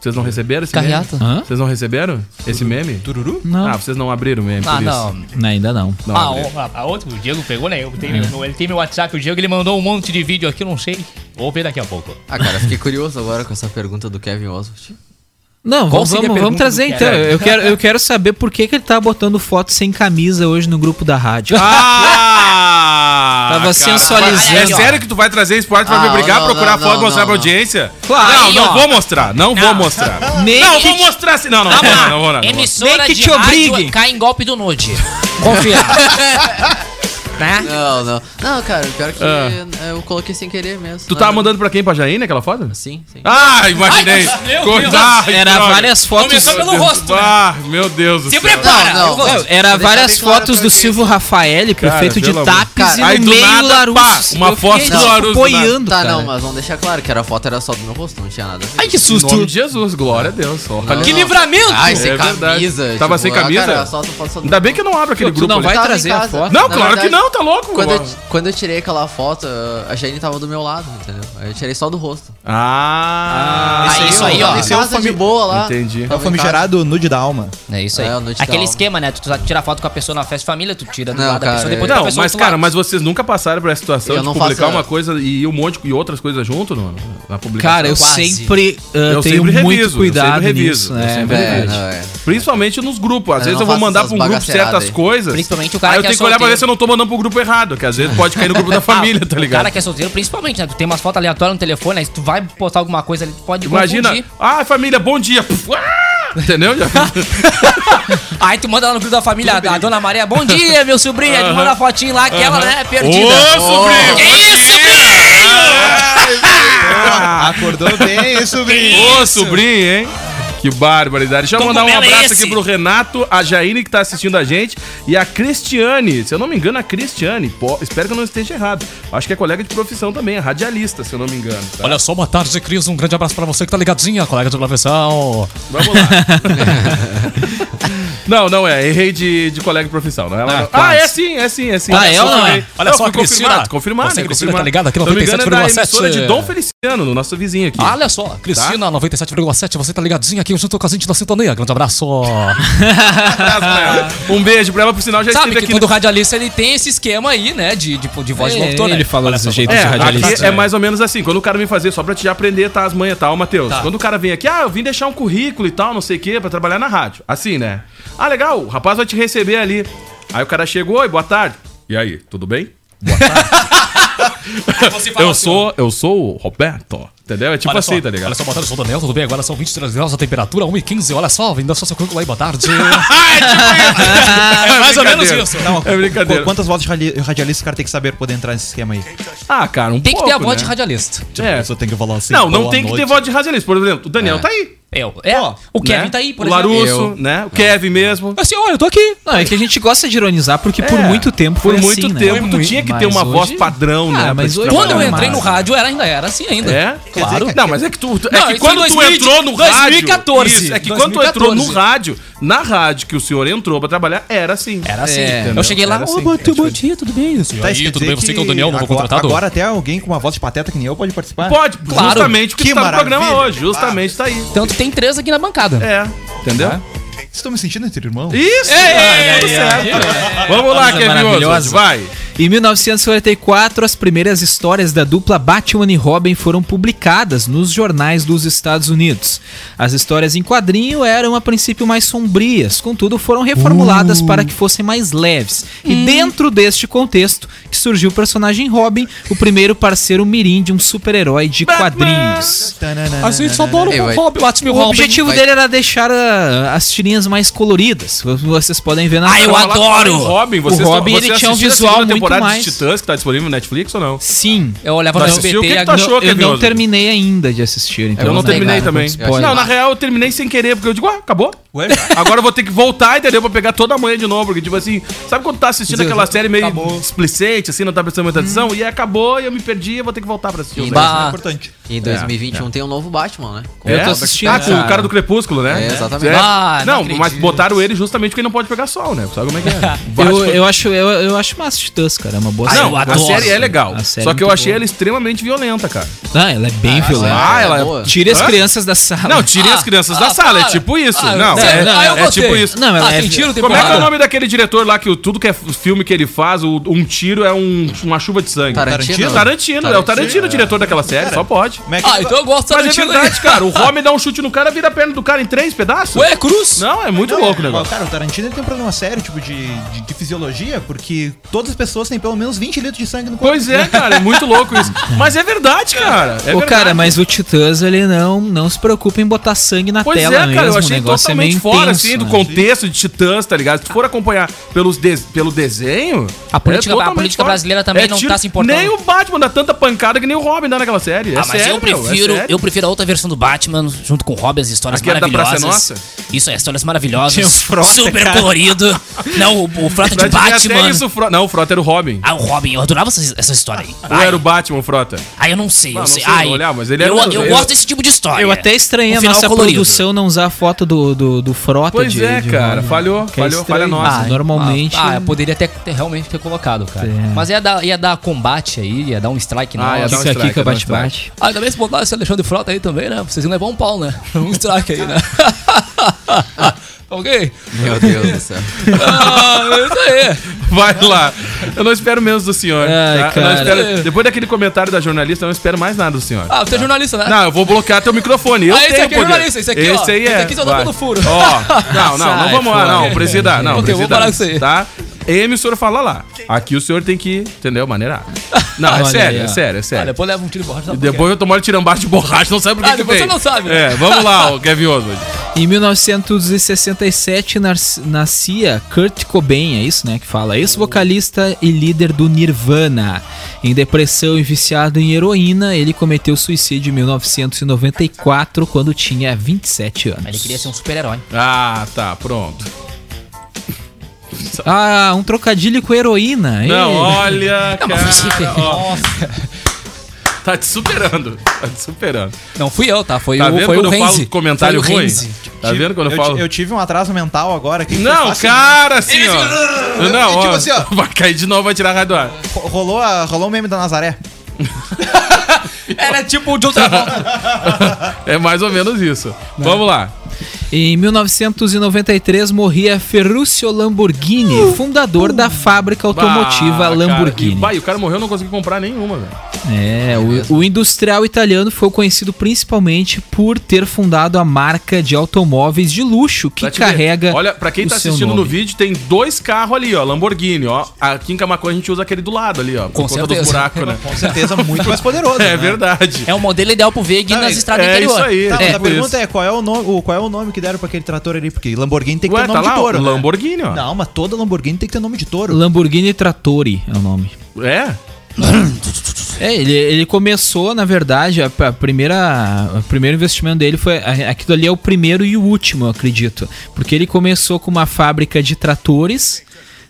A: Vocês não receberam esse
B: Carreata?
A: meme?
B: Hã?
A: Vocês não receberam esse meme? Tururu?
B: Não.
A: Ah, vocês não abriram o meme,
F: Ah,
A: por isso.
F: não.
B: Ainda não.
A: Não
F: ah,
A: abriram.
F: o, a, a outra, o Diego pegou, né? Eu tenho meu- ele tem meu WhatsApp, o Diego, ele mandou um monte de vídeo aqui, eu não sei. Vou ver daqui a pouco.
G: Ah, cara, fiquei curioso agora com essa pergunta do Kevin Oswald.
B: Não,
G: Qual
B: vamos,
G: seria a
B: vamos,
G: pergunta
B: vamos trazer
G: do
B: então.
G: cara?
B: Eu quero, eu quero saber por que, que ele tá botando foto sem camisa hoje no grupo
A: [laughs]
B: da rádio.
A: Ah!
B: Tava sensualizando.
A: É sério que tu vai trazer esporte pra
B: Ah,
A: me brigar,
B: não,
A: procurar
B: não,
A: foto,
B: não,
A: mostrar
B: não,
A: pra
B: não.
A: audiência?
B: Claro.
A: Não,
B: Aí,
A: não
B: ó.
A: vou mostrar. Não, vou mostrar.
B: Nem
A: não,
B: que
A: vou
B: te-
A: mostrar sim. Não, não,
B: Tá
A: não, vou,
B: bom.
A: não, não vou, não. não vou.
B: Nem
C: Emissora
B: que
C: de
B: te
C: rádio
B: obrigue.
C: cai em golpe do
B: [laughs]
C: nude. Confiar. né?
G: Não, não. Não, cara, pior que
A: Ah.
G: eh, eu coloquei sem querer mesmo.
A: Tu
G: Não,
A: tava
G: não.
A: mandando pra quem, pra Jaine, aquela foto?
G: Sim, sim.
A: Ah, imaginei.
F: Ai, meu
A: Co-
F: Deus.
A: Ai,
B: Era
A: droga.
B: várias fotos.
C: Começou pelo
A: Meu Deus,
C: rosto, né?
A: Ah, meu Deus do céu.
C: Se
G: Não,
C: prepara.
G: não.
C: eu gosto.
B: Era
G: Deixa
B: várias
G: bem claro
B: fotos
G: pra
B: do
G: mim.
B: Silvio Rafael, prefeito de
A: pelo amor de
B: Tapes, e
A: Aí,
B: no
A: do
B: meio
A: nada,
B: Larus.
A: pá, uma
B: Eu
A: foto
B: fiquei tipo
A: do Larus do
B: apoiando,
G: Tá,
B: cara.
G: não, mas vamos deixar claro que era a foto era só do meu rosto, não tinha nada. a ver.
C: Ai, que
A: Em
C: susto.
A: nome de Jesus, glória a Deus. Olha.
C: Que
G: Não.
C: livramento.
G: Ai, sem
A: É verdade.
G: camisa.
A: Tava sem
G: ah,
A: camisa?
G: Cara, só essa foto só do
A: Ainda
G: meu
A: bem que eu não abro aquele
B: Tu
A: grupo
B: não
A: ali.
B: vai
G: Eu tava em
B: trazer a
G: casa.
B: foto?
A: Não,
G: Na
A: claro que
G: verdade,
A: não, tá louco.
G: Quando eu, quando eu tirei aquela foto, a Jane tava do meu lado, entendeu? Aí Eu tirei só do rosto.
A: Ah,
C: Ah, isso aí, ó.
G: Tava em
D: um
G: casa de boa lá.
A: Entendi.
G: Tava
D: É o
G: em
D: famigerado nude da alma.
C: É isso aí.
G: É, a noite da
C: Aquele
G: alma.
C: esquema, né? Tu tira foto com a pessoa na festa de família, tu tira do
G: Não,
C: lado da
G: cara,
C: pessoa,
G: é-
C: depois tu
A: Não,
C: atravessa
A: mas
C: outro lado.
A: cara, mas vocês nunca passaram por essa situação
G: Eu
A: de
G: não
A: publicar
G: faço-
A: uma coisa e um monte e outras coisas junto no, na publicação?
B: Cara, eu
C: Quase.
B: sempre uh,
A: Eu
B: tenho
A: sempre
B: muito
A: reviso, eu
B: cuidado
A: sempre reviso,
B: nisso,
A: eu
B: né?
A: sempre
G: casa. É,
B: velho?
A: verdade.
G: não, é.
A: Principalmente nos grupos. Às
G: Eu
A: vezes
G: não
A: eu vou
G: faço
A: mandar
G: essas
A: pra um grupo
G: bagaceiradas
A: certas
G: aí.
A: coisas.
C: Principalmente o cara
A: Aí eu
C: que é
A: tenho que olhar pra
C: solteiro.
A: ver se eu não tô mandando pro grupo errado, que às vezes pode cair no grupo da família, tá
C: O cara
A: ligado?
C: que é solteiro, principalmente, né? Tu tem umas fotos aleatórias no telefone, aí se tu vai postar alguma coisa ali, tu pode
A: Imagina.
C: confundir.
A: Ah, família, bom dia. [laughs] Puf, ah! Entendeu? Já-
C: Aí tu manda lá no grupo da família, a dona Maria, bom dia, meu sobrinho. Aí tu manda a fotinho lá, aquela, né, perdida.
A: Ô, sobrinho!
C: Que isso,
D: Acordou bem, sobrinho.
A: Ô, sobrinho, hein? Que barbaridade. Deixa eu mandar um
C: Cogumelo é
A: abraço
C: esse?
A: aqui pro Renato, a Jaine que tá assistindo a gente e a Cristiane. Se eu não me engano, a Cristiane. pô, espero que eu não esteja errado. Acho que é colega de profissão também, é radialista, se eu não me engano. tá?
F: Olha só, boa tarde, Cris. Um grande abraço pra você que tá ligadinha, colega de profissão.
A: Vamos lá. não, não é. Errei de, de colega de profissão. Não é? Ela- Ah, é sim, é sim, é sim.
B: Ah,
A: Olha
B: é
A: só,
B: ou não é?
A: errei.
F: Olha só,
A: fui
F: Cristina.
A: confirmado, confirmado.
F: Você,
A: né,
F: Cristina,
A: confirmado.
F: tá ligada aqui,
A: Se eu não me engano, é da
F: 97,7.
A: emissora de Dom Feliciano, no nosso vizinho aqui.
F: Olha só, Cristina, 97,7, você tá ligadinha aqui junto com a gente da Sintonia. Grande abraço. [laughs]
A: Abraço pra ela. Um beijo pra ela, por sinal já
C: Sabe
A: esteve
C: que
A: aqui
C: quando o radialista, ele tem esse esquema aí, né, de, de, de voz de
B: É,
C: locutor, né?
B: ele falou desse jeito
A: É,
B: de radialista.
A: aqui é mais ou menos assim. Quando o cara vem fazer, só pra te aprender, tá, as manhas, tal, Matheus. Quando o cara vem aqui, ah, eu vim deixar um currículo e tal, não sei o quê, pra trabalhar na rádio. Assim, né? Ah, legal, o rapaz vai te receber ali. Aí o cara chegou, oi, boa tarde. E aí, tudo bem?
F: Você fala
A: Eu
F: assim,
A: sou, eu sou o Roberto. Entendeu? É tipo
F: olha
A: assim,
F: só,
A: tá ligado?
F: Olha
A: [laughs]
F: só, boa tarde, eu sou o Daniel, tudo bem? Agora são 23 graus a temperatura, 1 e 15 olha só, vem dar só seu currículo aí, boa tarde.
A: Ah, tipo
C: [laughs]
F: é mais ou menos
A: brincadeira.
F: isso.
D: Não,
A: [laughs] É brincadeira.
D: qu- Quantas vozes radi- radialistas o cara tem que saber pra poder entrar nesse esquema aí?
A: Ah, cara, um
C: Tem que ter a
A: pouco,
C: voz
A: né?
C: de radialista.
D: Tipo,
A: É.
D: a pessoa tem que falar assim.
A: Não, não
D: boa
A: tem que ter
D: noite.
A: voz de radialista. Por exemplo, o Daniel tá aí.
C: Eu, é.
D: Ó,
C: o Kevin
A: né?
C: tá aí, por
A: O
C: exemplo.
A: Larusso, né? O Kevin mesmo.
C: Assim, olha, eu tô aqui.
B: Não, é que a gente gosta de ironizar porque por
A: É,
B: muito tempo
A: Por
B: foi
A: muito
B: assim, né?
A: tempo,
B: Foi
A: tu
B: muito-
A: tinha que ter uma
B: mas
A: voz
B: hoje-
A: padrão,
B: Ah,
A: né? pra
B: mas
A: te
B: hoje-
A: trabalhar.
C: Quando eu entrei no
B: massa.
C: rádio, era, ainda era assim ainda.
A: É?
D: Claro.
A: Claro. Não, mas é que tu. tu- É
C: Não,
A: que
C: isso
A: quando
C: foi em
A: tu
C: 2000,
A: entrou no rádio.
C: 2014.
A: Isso, é que quando tu
C: 2014.
A: entrou no rádio, na rádio que o senhor entrou pra trabalhar, era assim.
C: Era assim.
B: É.
C: eu cheguei lá,
A: Era
C: ô,
A: assim.
C: bom dia, bom dia, tudo bem? Isso.
D: Tá, isso quer
F: tudo
D: dizer
F: bem, você que é o Daniel, novo
D: agora-
F: contratado?
D: Agora até alguém com uma voz de pateta que nem eu pode participar?
A: Pode,
C: Claro.
A: justamente o que,
D: Que
A: tá no
D: maravilha.
A: programa hoje. Justamente tá aí.
C: Tanto tem três aqui na bancada.
A: É. Entendeu?
D: Estão me sentindo entre irmãos?
A: Isso!
B: É,
A: tudo
B: é,
A: certo.
B: é.
A: Vamos lá,
B: Coisa
A: Kevin Oswald,
B: maravilhosa.
A: vai.
B: Em 1944, as primeiras histórias da dupla Batman e Robin foram publicadas nos jornais dos Estados Unidos. As histórias em quadrinho eram a princípio mais sombrias, contudo foram reformuladas para que fossem mais leves. E dentro deste contexto que surgiu o personagem Robin, o primeiro parceiro mirim de um super-herói de quadrinhos.
D: Tananana.
F: A gente só adora
G: Ei,
F: o
G: vai.
F: Rob, Batman
B: É, O
F: Robin.
B: objetivo
G: vai-
B: dele era deixar a- as tirinhas mais coloridas, como vocês podem ver na
C: Ah, eu
B: tela.
A: Fala com
C: adoro.
A: O Robin,
B: O
A: você
B: Robin, ele tinha um visual muito
A: temporada
B: mais-
A: de Titãs que tá disponível no Netflix ou não?
B: Sim.
C: Eu olhava no
A: Mas assistiu,
C: SBT
A: o que
C: e
A: que tu
C: agora-
A: achou?
B: eu
A: Kevin
B: não
A: Oswald?
B: terminei ainda de assistir, então.
A: Eu não
G: não sei,
A: terminei
G: cara,
A: também.
G: não spoiler.
A: Não, na real, eu terminei sem querer, porque eu digo, ah, acabou. [laughs]
D: Ué, já?
A: Agora eu vou ter que voltar, entendeu? Pra pegar toda a manhã de novo. Porque, tipo assim, sabe quando tá assistindo aquela série meio
D: acabou.
A: explicente, assim, não tá prestando muita atenção? E aí acabou, e eu me perdi, eu vou ter que voltar pra assistir.
G: Bah.
A: o negócio.
C: Ah,
D: Importante.
G: Em 2021 tem um novo Batman, né? Com
A: É?
G: o Robert
A: Ah, com
G: Pattinson.
A: o cara do Crepúsculo, né?
G: É, exatamente.
C: Ah, não
A: não, mas
C: acredito.
A: botaram ele justamente porque ele não pode pegar sol, né? Sabe como é que é?
B: Eu, eu acho, eu, eu acho massa os titãs. gosto, cara. É uma boa
A: não, a
B: Gosto.
A: série é legal.
B: A série
A: só
B: é
A: que eu
B: muito
A: achei
B: boa.
A: ela extremamente violenta, cara.
B: Ah, ela é bem violenta.
A: Ah, ela
B: é Tire as crianças da sala. Ah.
A: Não, tirem as crianças da sala, é tipo isso. não, é, é tipo isso.
B: Não, ela é
A: Como é que é o nome daquele diretor lá que o- tudo que é filme que ele faz, o- um tiro é um- uma chuva de sangue?
D: Tarantino?
A: Tarantino, é o Tarantino o diretor daquela série, só pode.
C: Ah, então eu gosto do
A: Mas é
C: Tarantino,
A: verdade,
C: hein?
A: cara, o homem dá um chute no cara, vira a perna do cara em três pedaços.
C: Ué, cruz?
A: Não, é muito
D: Não,
A: louco o
D: é,
A: negócio.
D: Cara, o Tarantino ele tem um problema sério, tipo, de, de, de fisiologia, porque todas as pessoas têm pelo menos 20 litros de sangue no corpo.
A: Pois é, cara, é muito louco isso. Mas é verdade, cara. É
B: Ô,
A: verdade.
B: cara, mas o Titãs, ele não, não se preocupa em botar sangue na
A: Pois
B: tela
A: é, cara, eu
B: mesmo.
A: achei
B: o negócio é
A: totalmente
B: meio
A: fora,
B: intenso,
A: assim, do
B: né?
A: contexto de Titãs, tá ligado? Se tu for acompanhar pelos des- pelo desenho... é
C: A política- a
A: totalmente
C: política
A: fora. É
C: brasileira também não tá se importando.
A: Nem o Batman dá tanta pancada que nem o Robin dá naquela série. É
C: Ah, mas
A: sério,
C: eu
A: meu, é
C: prefiro,
A: sério.
C: eu prefiro a outra versão do Batman, junto com o Robin, as histórias
A: Aqui é da
C: maravilhosas.
A: Praça Nossa? um
C: Isso, é, histórias maravilhosas.
D: Tinha o Frota,
C: super
D: cara.
C: colorido. Não, o, o Frota de
A: Mas tinha até
C: Batman.
A: isso, o Fro- Não, o Frota era o Robin.
C: Ah, o Robin, eu adorava essas, essas histórias aí.
A: Ou era o Batman, o Frota?
C: Ah, eu não sei,
A: Não,
C: eu
A: não
C: sei.
A: sei,
C: Ai,
A: vou olhar, mas ele era
C: eu,
A: um-
C: eu
A: ele-
C: gosto desse tipo de história.
B: Eu até estranhei
C: Um
B: a
C: final
B: nossa
C: colorido.
B: produção não usar a foto do, do, do Frota
A: Pois
B: de-
A: é,
B: de
A: cara,
B: Robin.
A: falhou,
B: Que é
A: falhou, falha
B: estranho.
A: nossa. é
B: Ah, normalmente...
C: Ah, eu poderia até ter, realmente ter colocado, cara.
B: É.
C: Mas ia dar, ia dar combate aí, ia dar um strike na
A: Ah, ia dar um
B: Kika,
A: strike,
B: Kika,
A: dá um
B: bate, bate.
C: Ah, também se botar esse Alexandre Frota aí também, né? Vocês iam levar um pau, né? [laughs] Um strike aí, né? [laughs] ok?
G: Meu Deus do céu.
C: Ah, é isso aí.
A: [laughs] Vai lá. Eu não espero menos do senhor.
B: Ai,
A: tá? Eu não
B: cara.
A: espero- Depois daquele comentário da jornalista, eu não espero mais nada do senhor.
C: Ah, você é jornalista, né?
A: Não, eu vou bloquear teu microfone. Eu
C: Ah, esse
A: tenho
C: aqui é
A: poder.
C: jornalista, esse aqui, ó.
A: Esse aí
C: Esse
A: é.
C: aqui só tá
A: vai.
C: dando furo.
A: Ó,
C: [laughs]
A: não, não, não
B: Sai
A: vamos lá,
B: fora.
A: não, presida, não,
C: Ok,
A: presida.
C: vou parar com isso aí.
A: Tá? M, o senhor fala lá. Aqui o senhor tem que, entendeu? Maneirar. Não, é
B: Olha
A: sério, é
B: aí, ó.
A: sério, é
C: Ah,
A: sério.
C: depois leva um tiro de borracha. sabe por quê?
A: Depois eu tomar tirambaço de borracha, não sabe por que
C: Ah,
A: que
C: depois
A: veio.
C: você não sabe, né?
A: É, vamos
C: [laughs]
A: lá, o Kevin Oswald.
B: Em 1967 nas- nascia Kurt Cobain, é isso, né, que fala, ex-vocalista e líder do Nirvana. Em depressão e viciado em heroína, ele cometeu suicídio em 1994 quando tinha 27 anos.
C: Ele queria ser um super-herói.
A: Ah, tá, pronto.
B: Ah, um trocadilho com heroína. hein?
A: Não, olha,
C: [laughs]
A: cara,
C: você-
A: ó. Tá te superando, tá te superando.
C: Não fui eu, tá? Foi
A: Tá
C: o
A: vendo
C: foi
A: quando
C: o
A: eu
C: Renzi.
A: falo comentário
C: Foi o
A: ruim?
C: Renzi.
A: Tá vendo quando eu
D: ti-
A: falo...
D: Eu tive um atraso mental agora. Que foi
A: Não,
D: É fácil. né?
A: cara, assim, ó. Não,
D: tipo
A: ó,
D: assim, ó.
A: [laughs] Vai cair de novo, vai tirar a raio do ar.
D: Ro- Rolou, a, rolou o meme da Nazaré.
C: Era tipo o John Travolta.
A: É mais ou menos isso.
D: Né?
A: Vamos lá.
B: Em 1993 morria Ferruccio Lamborghini, fundador da fábrica automotiva
A: Ah, Uh! Cara, e,
B: Lamborghini.
A: bah, e o cara morreu, eu não consegui comprar nenhuma, velho.
B: É, o, o industrial italiano foi conhecido principalmente por ter fundado a marca de automóveis de luxo que
A: Pra te ver.
B: carrega.
A: Olha, pra quem
B: o
A: tá
B: seu
A: assistindo
B: nome.
A: no vídeo, tem dois carros ali, ó. Lamborghini, ó. Aqui em Camacuã a gente usa aquele do lado ali, ó.
C: Com certeza.
A: do buraco, né?
D: [laughs] Com certeza, muito mais poderoso.
A: É
D: né?
A: verdade.
C: É o modelo ideal pro Veg
D: Não,
C: nas
D: é-
C: estradas
A: é
C: interior.
A: isso aí.
D: Tá,
A: [laughs]
D: mas
A: É,
D: a
A: por
D: pergunta é qual é, o nome, o- qual é o nome que deram pra aquele trator ali? Porque Lamborghini tem que
A: Ué,
D: ter
A: tá
D: nome
A: lá,
D: de touro.
A: ó,
D: né?
A: Lamborghini, ó.
D: Não, mas toda Lamborghini tem que ter nome de touro.
B: Lamborghini Trattori é o nome.
A: É?
B: É, ele, ele começou, na verdade, a, a primeira, o primeiro investimento dele foi. a- Aquilo ali é o primeiro e o último, eu acredito. Porque ele começou com uma fábrica de tratores,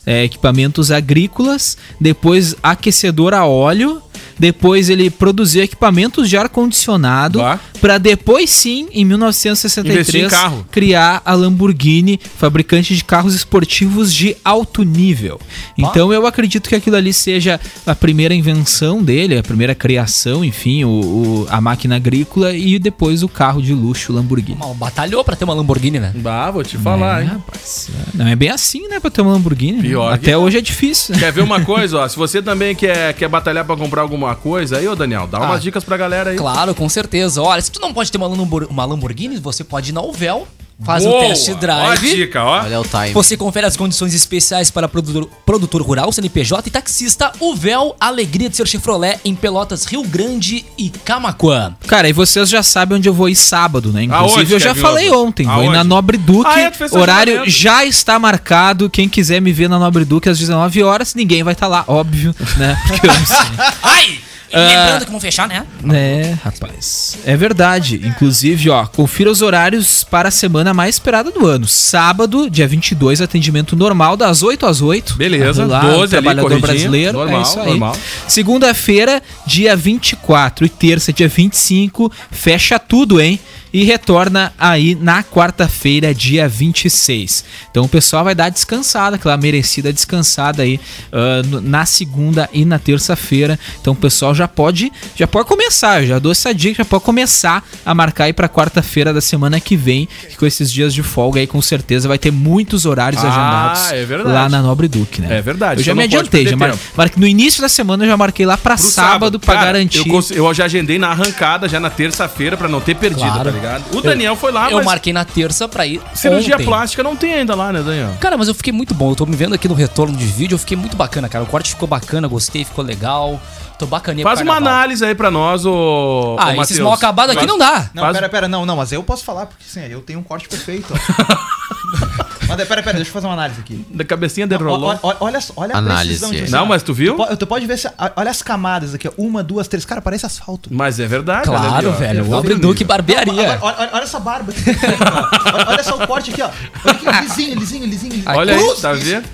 B: é, equipamentos agrícolas, depois aquecedor a óleo, depois ele produziu equipamentos de ar-condicionado,
A: Bah.
B: para depois sim, em
A: Investir
B: 1963,
A: em carro.
B: criar a Lamborghini, fabricante de carros esportivos de alto nível. Então eu acredito que aquilo ali seja a primeira invenção dele, a primeira criação, enfim, o, o- a máquina agrícola e depois o carro de luxo Lamborghini.
C: Mal, batalhou pra ter uma Lamborghini, né?
A: Bah, vou te falar,
B: É,
A: hein.
B: rapaz, não é bem assim, né, pra ter uma Lamborghini. né?
A: Pior que
B: Até hoje é difícil. né?
A: Quer ver uma coisa, ó? Se você também quer, quer batalhar pra comprar alguma coisa, aí, ô Daniel, dá umas dicas pra galera aí.
C: Claro, com certeza. Olha, se tu não pode ter uma, Lambor- uma Lamborghini, você pode ir na Uvel, faz
A: Boa!
C: um test
A: Ó a
C: drive.
A: dica, ó.
G: Olha o time.
C: Você confere as condições especiais para produtor, produtor rural, CNPJ e taxista Uvel Alegria de Ser Chevrolet em Pelotas, Rio Grande e Camaquã.
B: Cara, e vocês já sabem onde eu vou ir sábado, né? Inclusive,
A: Aonde, é
B: eu já
A: Kevin
B: falei
A: Oswald?
B: ontem. Vou ir na
A: Aonde?
B: Nobre Duque.
A: Ah, é, tu fez seu
B: horário
A: agendamento.
B: já está marcado. Quem quiser me ver na Nobre Duque às 19 horas, ninguém vai estar lá, óbvio, né? Porque eu não sei.
C: Ai!
A: Ah.
C: Lembrando que vão fechar, né?
B: É, rapaz. É verdade. Inclusive, ó, confira os horários para a semana mais esperada do ano. Sábado, dia 22, atendimento normal, das 8 às 8.
A: Beleza,
B: Lá,
A: 12
B: o
A: ali,
B: trabalhador
A: corridinho,
B: brasileiro.
A: normal,
B: é isso aí.
A: normal.
B: Segunda-feira, dia 24 e terça, dia 25, fecha tudo, hein? e retorna aí na quarta-feira, dia 26. Então o pessoal vai dar descansada, aquela merecida descansada aí ah, no- na segunda e na terça-feira. Então o pessoal já pode, já pode começar, eu já dou essa dica, já pode começar a marcar aí pra quarta-feira da semana que vem, que com esses dias de folga aí com certeza vai ter muitos horários
A: Ah,
B: agendados
A: é verdade.
B: lá na Nobre Duque, né?
A: É verdade,
B: Eu já
A: só
B: me
A: não pode
B: adiantei,
A: perder
B: já mar...
A: tempo.
B: mar- no início da semana eu já marquei lá pra
A: Pro
B: sábado, pra
A: Cara,
B: garantir.
A: Eu, cons- eu já agendei na arrancada, já na terça-feira, pra não ter perdido,
C: Claro.
A: tá ligado? O Daniel
C: Eu-
A: foi lá,
C: Eu marquei na terça pra ir.
A: cirurgia
C: ontem.
A: plástica não tem ainda lá, né, Daniel?
C: Cara, mas eu fiquei muito bom. Eu tô me vendo aqui no retorno de vídeo, eu fiquei muito bacana, cara. O corte ficou bacana, gostei, ficou legal. Tô bacaninha pro
A: Faz uma
C: carnaval.
A: análise aí pra nós, ô.
C: Ah,
A: ô,
C: esses
A: Matheus.
C: mal acabados aqui
A: Faz-
C: não dá.
D: Não,
A: faz-
D: pera, pera, não, não, mas eu posso falar, porque assim, eu tenho um corte
A: [laughs]
D: perfeito. ó. mas pera, pera, deixa eu fazer uma análise aqui.
A: Da cabecinha de rolou.
D: Olha, olha, olha, só- olha a
G: Análise.
D: precisão disso.
A: Não,
D: cara.
A: mas tu viu?
D: Tu po- Tu pode ver, se- olha as camadas aqui, ó. Uma, duas, três. Cara, parece asfalto.
A: Mas é verdade.
C: Claro, velho. Nobre Duque
D: Agora,
C: Barbearia.
D: olha, olha- olha essa barba aqui. [laughs] ó. Olha, olha só o corte aqui, ó. Olha aqui, lisinho, lisinho, lisinho. lisinho.
A: Olha aí,
C: é
D: Cruz,
A: tá
D: isso.
A: vendo?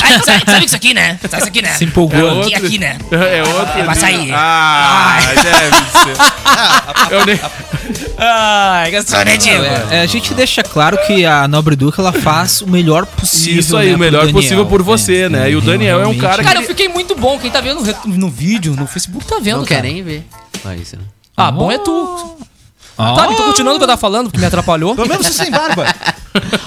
F: Sabe, sabe, sabe isso aqui, né? Sabe isso aqui, né?
B: Se empolgou.
F: Aqui, aqui, né?
A: [laughs] É outro.
F: É, vai sair.
A: Ah, deve ser. Eu nem...
C: [laughs]
A: Ah,
F: Ai,
A: é
F: gastou, né, Diego?
B: É, a gente deixa claro que a Nobre Duca ela faz o melhor possível.
A: Isso aí,
B: né,
A: o
B: pro
A: melhor
B: Daniel.
A: possível por você, né? E o Daniel é um
B: realmente.
A: cara
C: Cara, eu
A: que-
C: fiquei muito bom. Quem tá vendo no, re- no vídeo, no Facebook, tá vendo,
G: Não
C: cara.
G: quer nem ver. Ah, isso, né?
C: Ah, bom é tu.
A: Ah.
C: Tá, então continuando o que eu tava falando, que me atrapalhou. [laughs]
D: Pelo menos você sem barba.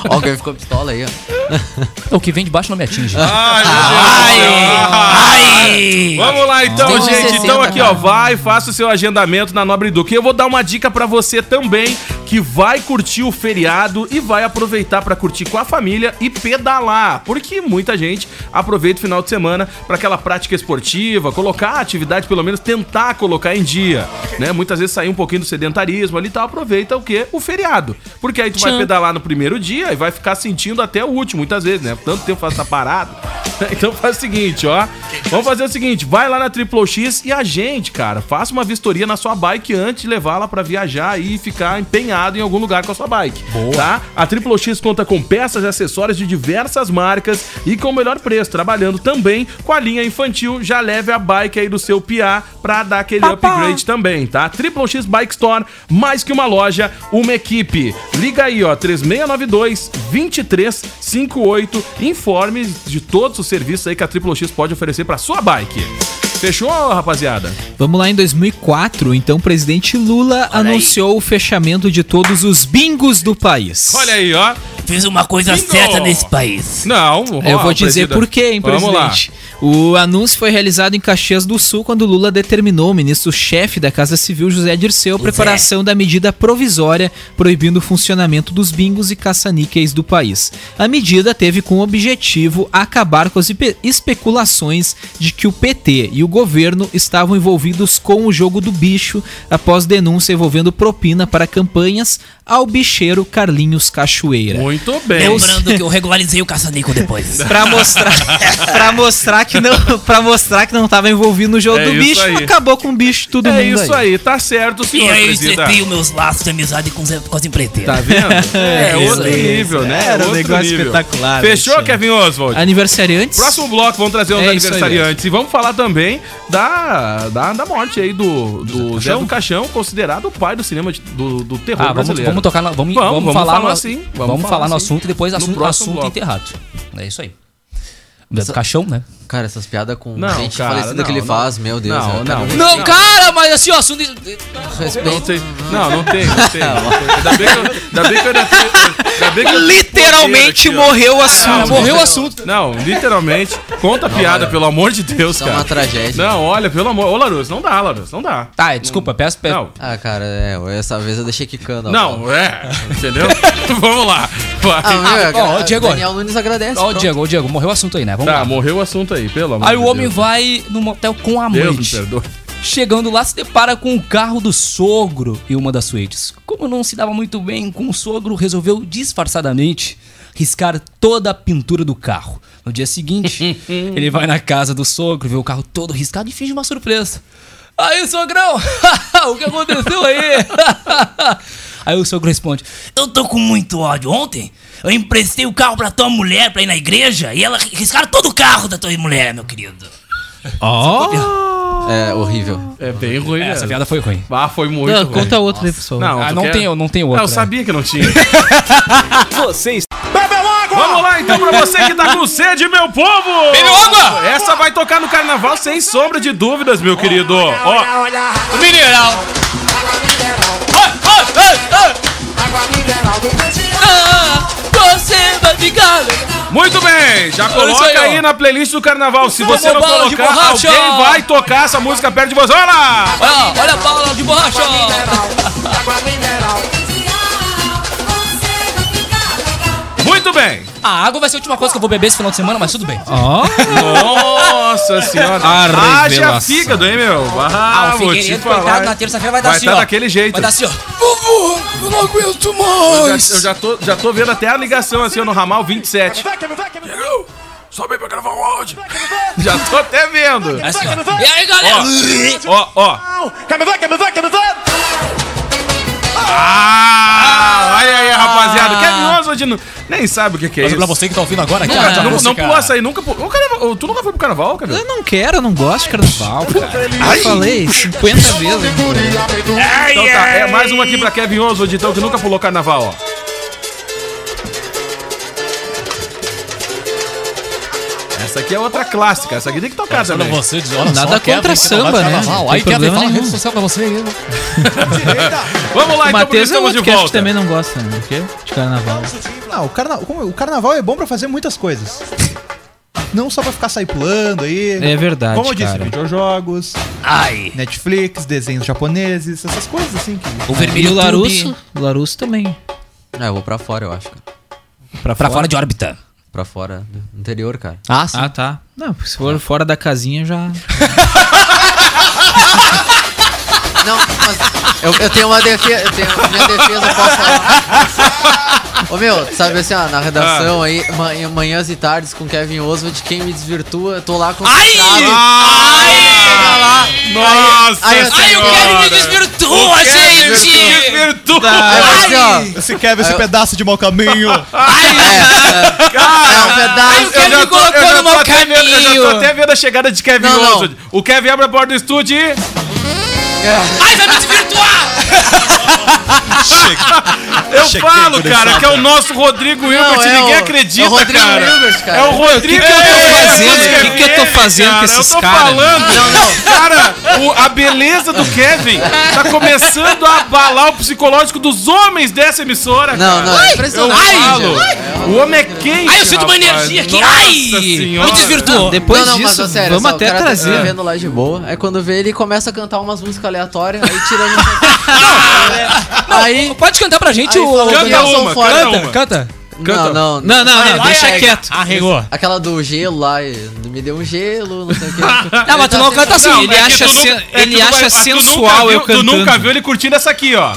G: Ó, o Gabi ficou pistola aí, ó.
C: o que vem de baixo não me atinge.
F: Ah,
A: Ai, meu Deus.
F: Ai!
A: Vamos lá então,
G: Tem
A: gente.
G: 60,
A: então aqui, ó, vai, faça o seu agendamento na Nobre Duque. Eu vou dar uma dica pra você também que vai curtir o feriado e vai aproveitar pra curtir com a família e pedalar, porque muita gente aproveita o final de semana pra aquela prática esportiva, colocar a atividade pelo menos tentar colocar em dia, né? Muitas vezes sair um pouquinho do sedentarismo ali e tal, aproveita o quê? O feriado. Porque aí tu vai
C: Tchan.
A: pedalar no primeiro dia e vai ficar sentindo até o último, muitas vezes, né? Tanto tempo faz essa parada. [laughs] Então faz o seguinte, ó. Vamos fazer o seguinte, vai lá na Triple X e a gente, cara, faça uma vistoria na sua bike antes de levá-la pra viajar e ficar empenhado em algum lugar com a sua bike, tá? A Triple X conta com peças e acessórios de diversas marcas e com o melhor preço, trabalhando também com a linha infantil. Já leve a bike aí do seu PA pra dar aquele upgrade também, tá? Triple X Bike Store, mais que uma loja, uma equipe. Liga aí, ó, 3692 2358. Informes de todos os serviços aí que a Triple X pode oferecer pra sua bike. Fechou, rapaziada?
B: Vamos lá, em 2004, então o presidente Lula anunciou o fechamento de todos os bingos do país.
A: Olha aí, ó.
F: Fiz uma coisa
A: Bingo!
F: certa nesse país.
A: Não,
B: Eu
A: ó,
B: vou dizer
A: presida.
B: por quê, hein,
A: Vamos lá.
B: presidente. O anúncio foi realizado em Caxias do Sul quando Lula determinou o ministro-chefe da Casa Civil, José Dirceu, a preparação da medida provisória proibindo o funcionamento dos bingos e caça-níqueis do país. A medida teve como objetivo acabar com as espe- especulações de que o PT e o governo estavam envolvidos com o jogo do bicho após denúncia envolvendo propina para campanhas ao bicheiro Carlinhos Cachoeira.
A: Muito
B: É
A: bem.
F: Lembrando que eu regularizei o caça-nico
C: [laughs]
F: depois.
B: Pra
G: [laughs]
B: mostrar, pra mostrar que não, para mostrar que não tava envolvido no jogo
A: É
B: do
A: isso
B: bicho,
A: aí.
B: acabou com o bicho tudo
A: É
B: mundo
A: isso aí, tá certo,
F: E
A: senhor
F: aí eu
A: presida.
F: estreitei os meus laços de amizade com, os- com as empreiteiras.
A: Tá vendo?
B: [laughs]
A: É,
F: É,
A: outro
F: isso aí.
A: nível, né?
B: Era um
A: outro
B: negócio espetacular,
A: Fechou,
B: gente.
A: Kevin Oswald?
B: Aniversariantes?
A: Próximo bloco, vamos trazer os
B: É isso aí
A: aniversariantes. E vamos falar também da, da, da morte aí do, do Zé do Caixão, considerado o pai do cinema de- do, do terror
C: Ah, vamos,
A: brasileiro.
C: vamos tocar, na- vamos,
A: Vamos,
C: vamos,
A: vamos
C: falar,
A: falar
C: no,
A: sim,
C: Vamos,
A: vamos falar
C: falar, no
A: sim.
C: assunto e depois
A: No
C: assunto,
A: próximo
C: assunto
A: bloco.
C: enterrado. É isso aí. Do caixão, né?
G: Cara, essas piadas com
A: Não,
G: gente
A: cara,
G: falecida
A: não,
G: que ele
A: não.
G: faz, meu Deus.
A: Não,
G: né, cara?
A: não.
C: Não, cara, mas assim, o assunto.
A: Não, tem, não, não tem, não
C: [laughs]
A: tem. não tem. Ainda bem que eu- ainda bem que eu ainda fui- ainda bem que eu-
B: Literalmente
A: um roteiro aqui, Ah,
B: morreu o assunto.
C: morreu o assunto.
A: ó. Não, literalmente. Conta a piada, pelo amor de Deus,
G: Isso é uma
A: cara.
G: tragédia.
A: Não, olha, pelo amor. Ô, Larus, não dá, Larus, não dá.
C: Tá, desculpa, peço. peço.
A: Não,
G: Ah, cara, é, eu- essa vez eu deixei quicando. ó.
A: não, é.
C: [laughs]
A: Entendeu? Vamos lá. Vai.
G: Ah, meu,
C: ó,
G: ah,
C: Diego,
G: Daniel Nunes agradece.
C: Ó, o
G: pronto.
C: Diego, o Diego, morreu o assunto aí, né? Vamos
A: Tá,
C: lá.
A: morreu o assunto aí, pelo amor
C: Aí
A: de
C: o homem
A: Deus.
C: vai no motel com a
A: Deus me
C: amante.
A: perdoe.
C: Chegando lá, se depara com o carro do sogro em uma das suítes. Como não se dava muito bem com o sogro, resolveu disfarçadamente riscar toda a pintura do carro. No dia seguinte, ele vai na casa do sogro, vê o carro todo riscado e finge uma surpresa. Aí, sogrão, [laughs] o que aconteceu aí? [laughs] aí o sogro responde:
F: Eu tô com muito ódio. Ontem eu emprestei o carro pra tua mulher pra ir na igreja e ela riscaram todo o carro da tua mulher, meu querido.
B: Ó,
G: É horrível.
A: É bem ruim,
C: É,
A: né?
C: essa piada foi ruim.
A: Ah, foi muito
B: Não,
A: ruim.
B: conta outro aí, pessoal.
A: Não,
C: Ah,
A: tu
C: não
A: quer?
C: tem eu- não né? tem outra.
A: eu sabia que não [laughs] tinha.
H: Vocês.
A: Vamos lá então pra você que tá com sede, meu povo!
F: Bebe água!
A: Essa vai tocar no carnaval sem sombra de dúvidas, meu querido. Ó,
F: O mineral.
C: Você vai ficar
A: muito bem, já
C: isso aí,
A: coloca
C: ó.
A: É aí na playlist do carnaval. Se você não
C: Bola de
A: colocar,
C: borracha.
A: alguém vai tocar essa música perto de você. Olha lá!
C: Olha, olha a bala de borracha.
A: Muito bem.
C: Ah, A água vai ser a última coisa que eu vou beber esse final de semana, mas tudo bem. Ah,
B: Ó,
A: Nossa senhora.
B: A
A: Haja
B: revelação.
A: fígado, hein, meu? Ah,
C: Ah, o
A: vou te
C: Figueiredo, coitado, na
A: falar.
C: terça-feira vai dar
A: Vai
C: assim,
A: tá
C: ó.
A: daquele jeito.
C: Vai dar assim, ó. Vovô, eu não aguento
A: Eu
C: mais.
A: já, eu já tô, já tô vendo até a ligação assim ó, no ramal 27. Sobe pra gravar um áudio. Já tô até vendo.
C: É assim, ó. E aí, galera?
A: Ó, ó. Ah, olha aí, rapaziada. Kevin Oswald não- nem sabe o que, que é
F: Mas
A: isso.
F: pra você que tá ouvindo agora aqui,
A: Cara,
F: ó,
A: tu não, não
F: música.
A: pulou essa aí. Nunca pulou. Ô, carnaval, tu nunca foi pro carnaval, cara?
B: eu não quero, eu não gosto de carnaval, cara. Eu falei 50 vezes.
A: Então tá, é mais uma aqui pra Kevin Oswald, então, que nunca pulou carnaval, ó. Essa aqui é outra clássica, essa aqui tem que tocar
F: Quando
A: também.
F: você diz, olha
B: Nada
F: só,
B: contra
F: Kevin,
C: tá
F: você não
B: samba,
F: vai de
B: né?
F: carnaval.
B: Não
F: Aí
B: tem
F: Kevin
B: problema
F: fala na rede
B: nenhum.
F: social pra você aí. né?
A: Vamos lá,
B: O
A: então, porque
B: Matheus é um
A: estamos de
B: outro que acho que
A: volta.
B: também não gosta, né? Do quê? De carnaval.
D: Ah, o, carna... como- o carnaval é bom pra fazer muitas coisas. Não só pra ficar sair pulando aí.
B: É verdade,
D: Como eu disse,
B: cara.
D: videojogos,
F: Ai.
D: Netflix, desenhos japoneses, essas coisas assim que...
C: O
B: E o
C: vermelho
B: Larusso?
C: tube
B: O Larusso também.
G: Ah, eu vou pra fora, eu acho, cara.
C: Pra, pra fora de órbita.
G: Pra fora do interior, cara.
C: Ah, sim.
B: Ah, tá. Não, se for fora da casinha já.
G: [laughs] Não, mas eu, eu tenho uma defesa, eu tenho minha defesa, eu posso falar. Ô meu, tu sabe assim, ó, na redação
C: Ah.
G: aí, ma- manhãs e tardes com Kevin Oswald, quem me desvirtua, eu tô lá com Ai!
A: Ah, Nossa
G: Aí- aí eu
C: Ai, o Kevin me
A: Senhora!
C: desvirtua, gente!
A: Desvirtua!
G: Assim, ó,
D: Você quebra esse pedaço de mau caminho.
G: é um
C: Ai, o
G: pedaço.
A: Eu
C: Kevin
A: já
C: me
A: tô- eu
C: colocou
A: já
C: no
A: tô
C: mau
A: até vendo- Eu já tô
C: caminho.
A: até vendo a chegada de Kevin
G: Não, não.
A: Oswald. O Kevin abre a porta do estúdio e...
C: Ai, vai me desvirtuar!
A: Eu
D: Chega
A: falo,
D: tempo
A: cara,
D: desse
A: que é o nosso Rodrigo Hilbert,
G: é
A: ninguém
G: o-
A: acredita,
G: é o Rodrigo
A: cara.
G: Hilbert, cara.
A: É o Rodrigo
B: que eu tô
A: Hilbert,
B: fazendo?
A: você
B: O que que eu tô
A: vê,
B: fazendo com
A: cara?
B: esses
A: Eu tô
B: caras?
A: falando. Cara, o- a beleza do Kevin tá começando a abalar o psicológico dos homens dessa emissora,
G: Não,
A: cara.
G: não, é
A: Eu
G: impressionante.
A: falo.
G: gente.
A: O homem é quente,
C: Ai, eu sinto uma
A: rapaz.
C: energia aqui.
A: Nossa
C: Ai!
A: Senhora.
C: Me desvirtuou.
B: Depois
G: não, não,
B: disso,
G: mas, ó, sério,
B: vamos
G: só,
B: até
G: o cara Tá
B: trazer.
G: vivendo lá de boa. Aí quando vê, ele começa a cantar umas músicas aleatórias, aí tirando. aí.
C: Pode cantar pra gente
G: Aí
C: o...
G: fala-
A: Canta
G: Nelson
A: uma,
G: Fora.
A: canta uma.
C: Canta.
A: Canta.
G: Não, não,
B: Não, não, né? Deixa quieto.
F: Arregou.
G: Aquela do gelo lá, e me deu um gelo, não sei o que.
D: [laughs]
B: Não, mas tu não canta assim.
A: Não,
B: ele
A: é que
B: acha,
A: tu
B: sen-
A: nunca- é que
B: ele
A: tu
B: acha
A: vai- tu nunca
B: sensual eu
A: viu- Tu
B: cantando.
A: nunca viu ele curtindo essa aqui, ó.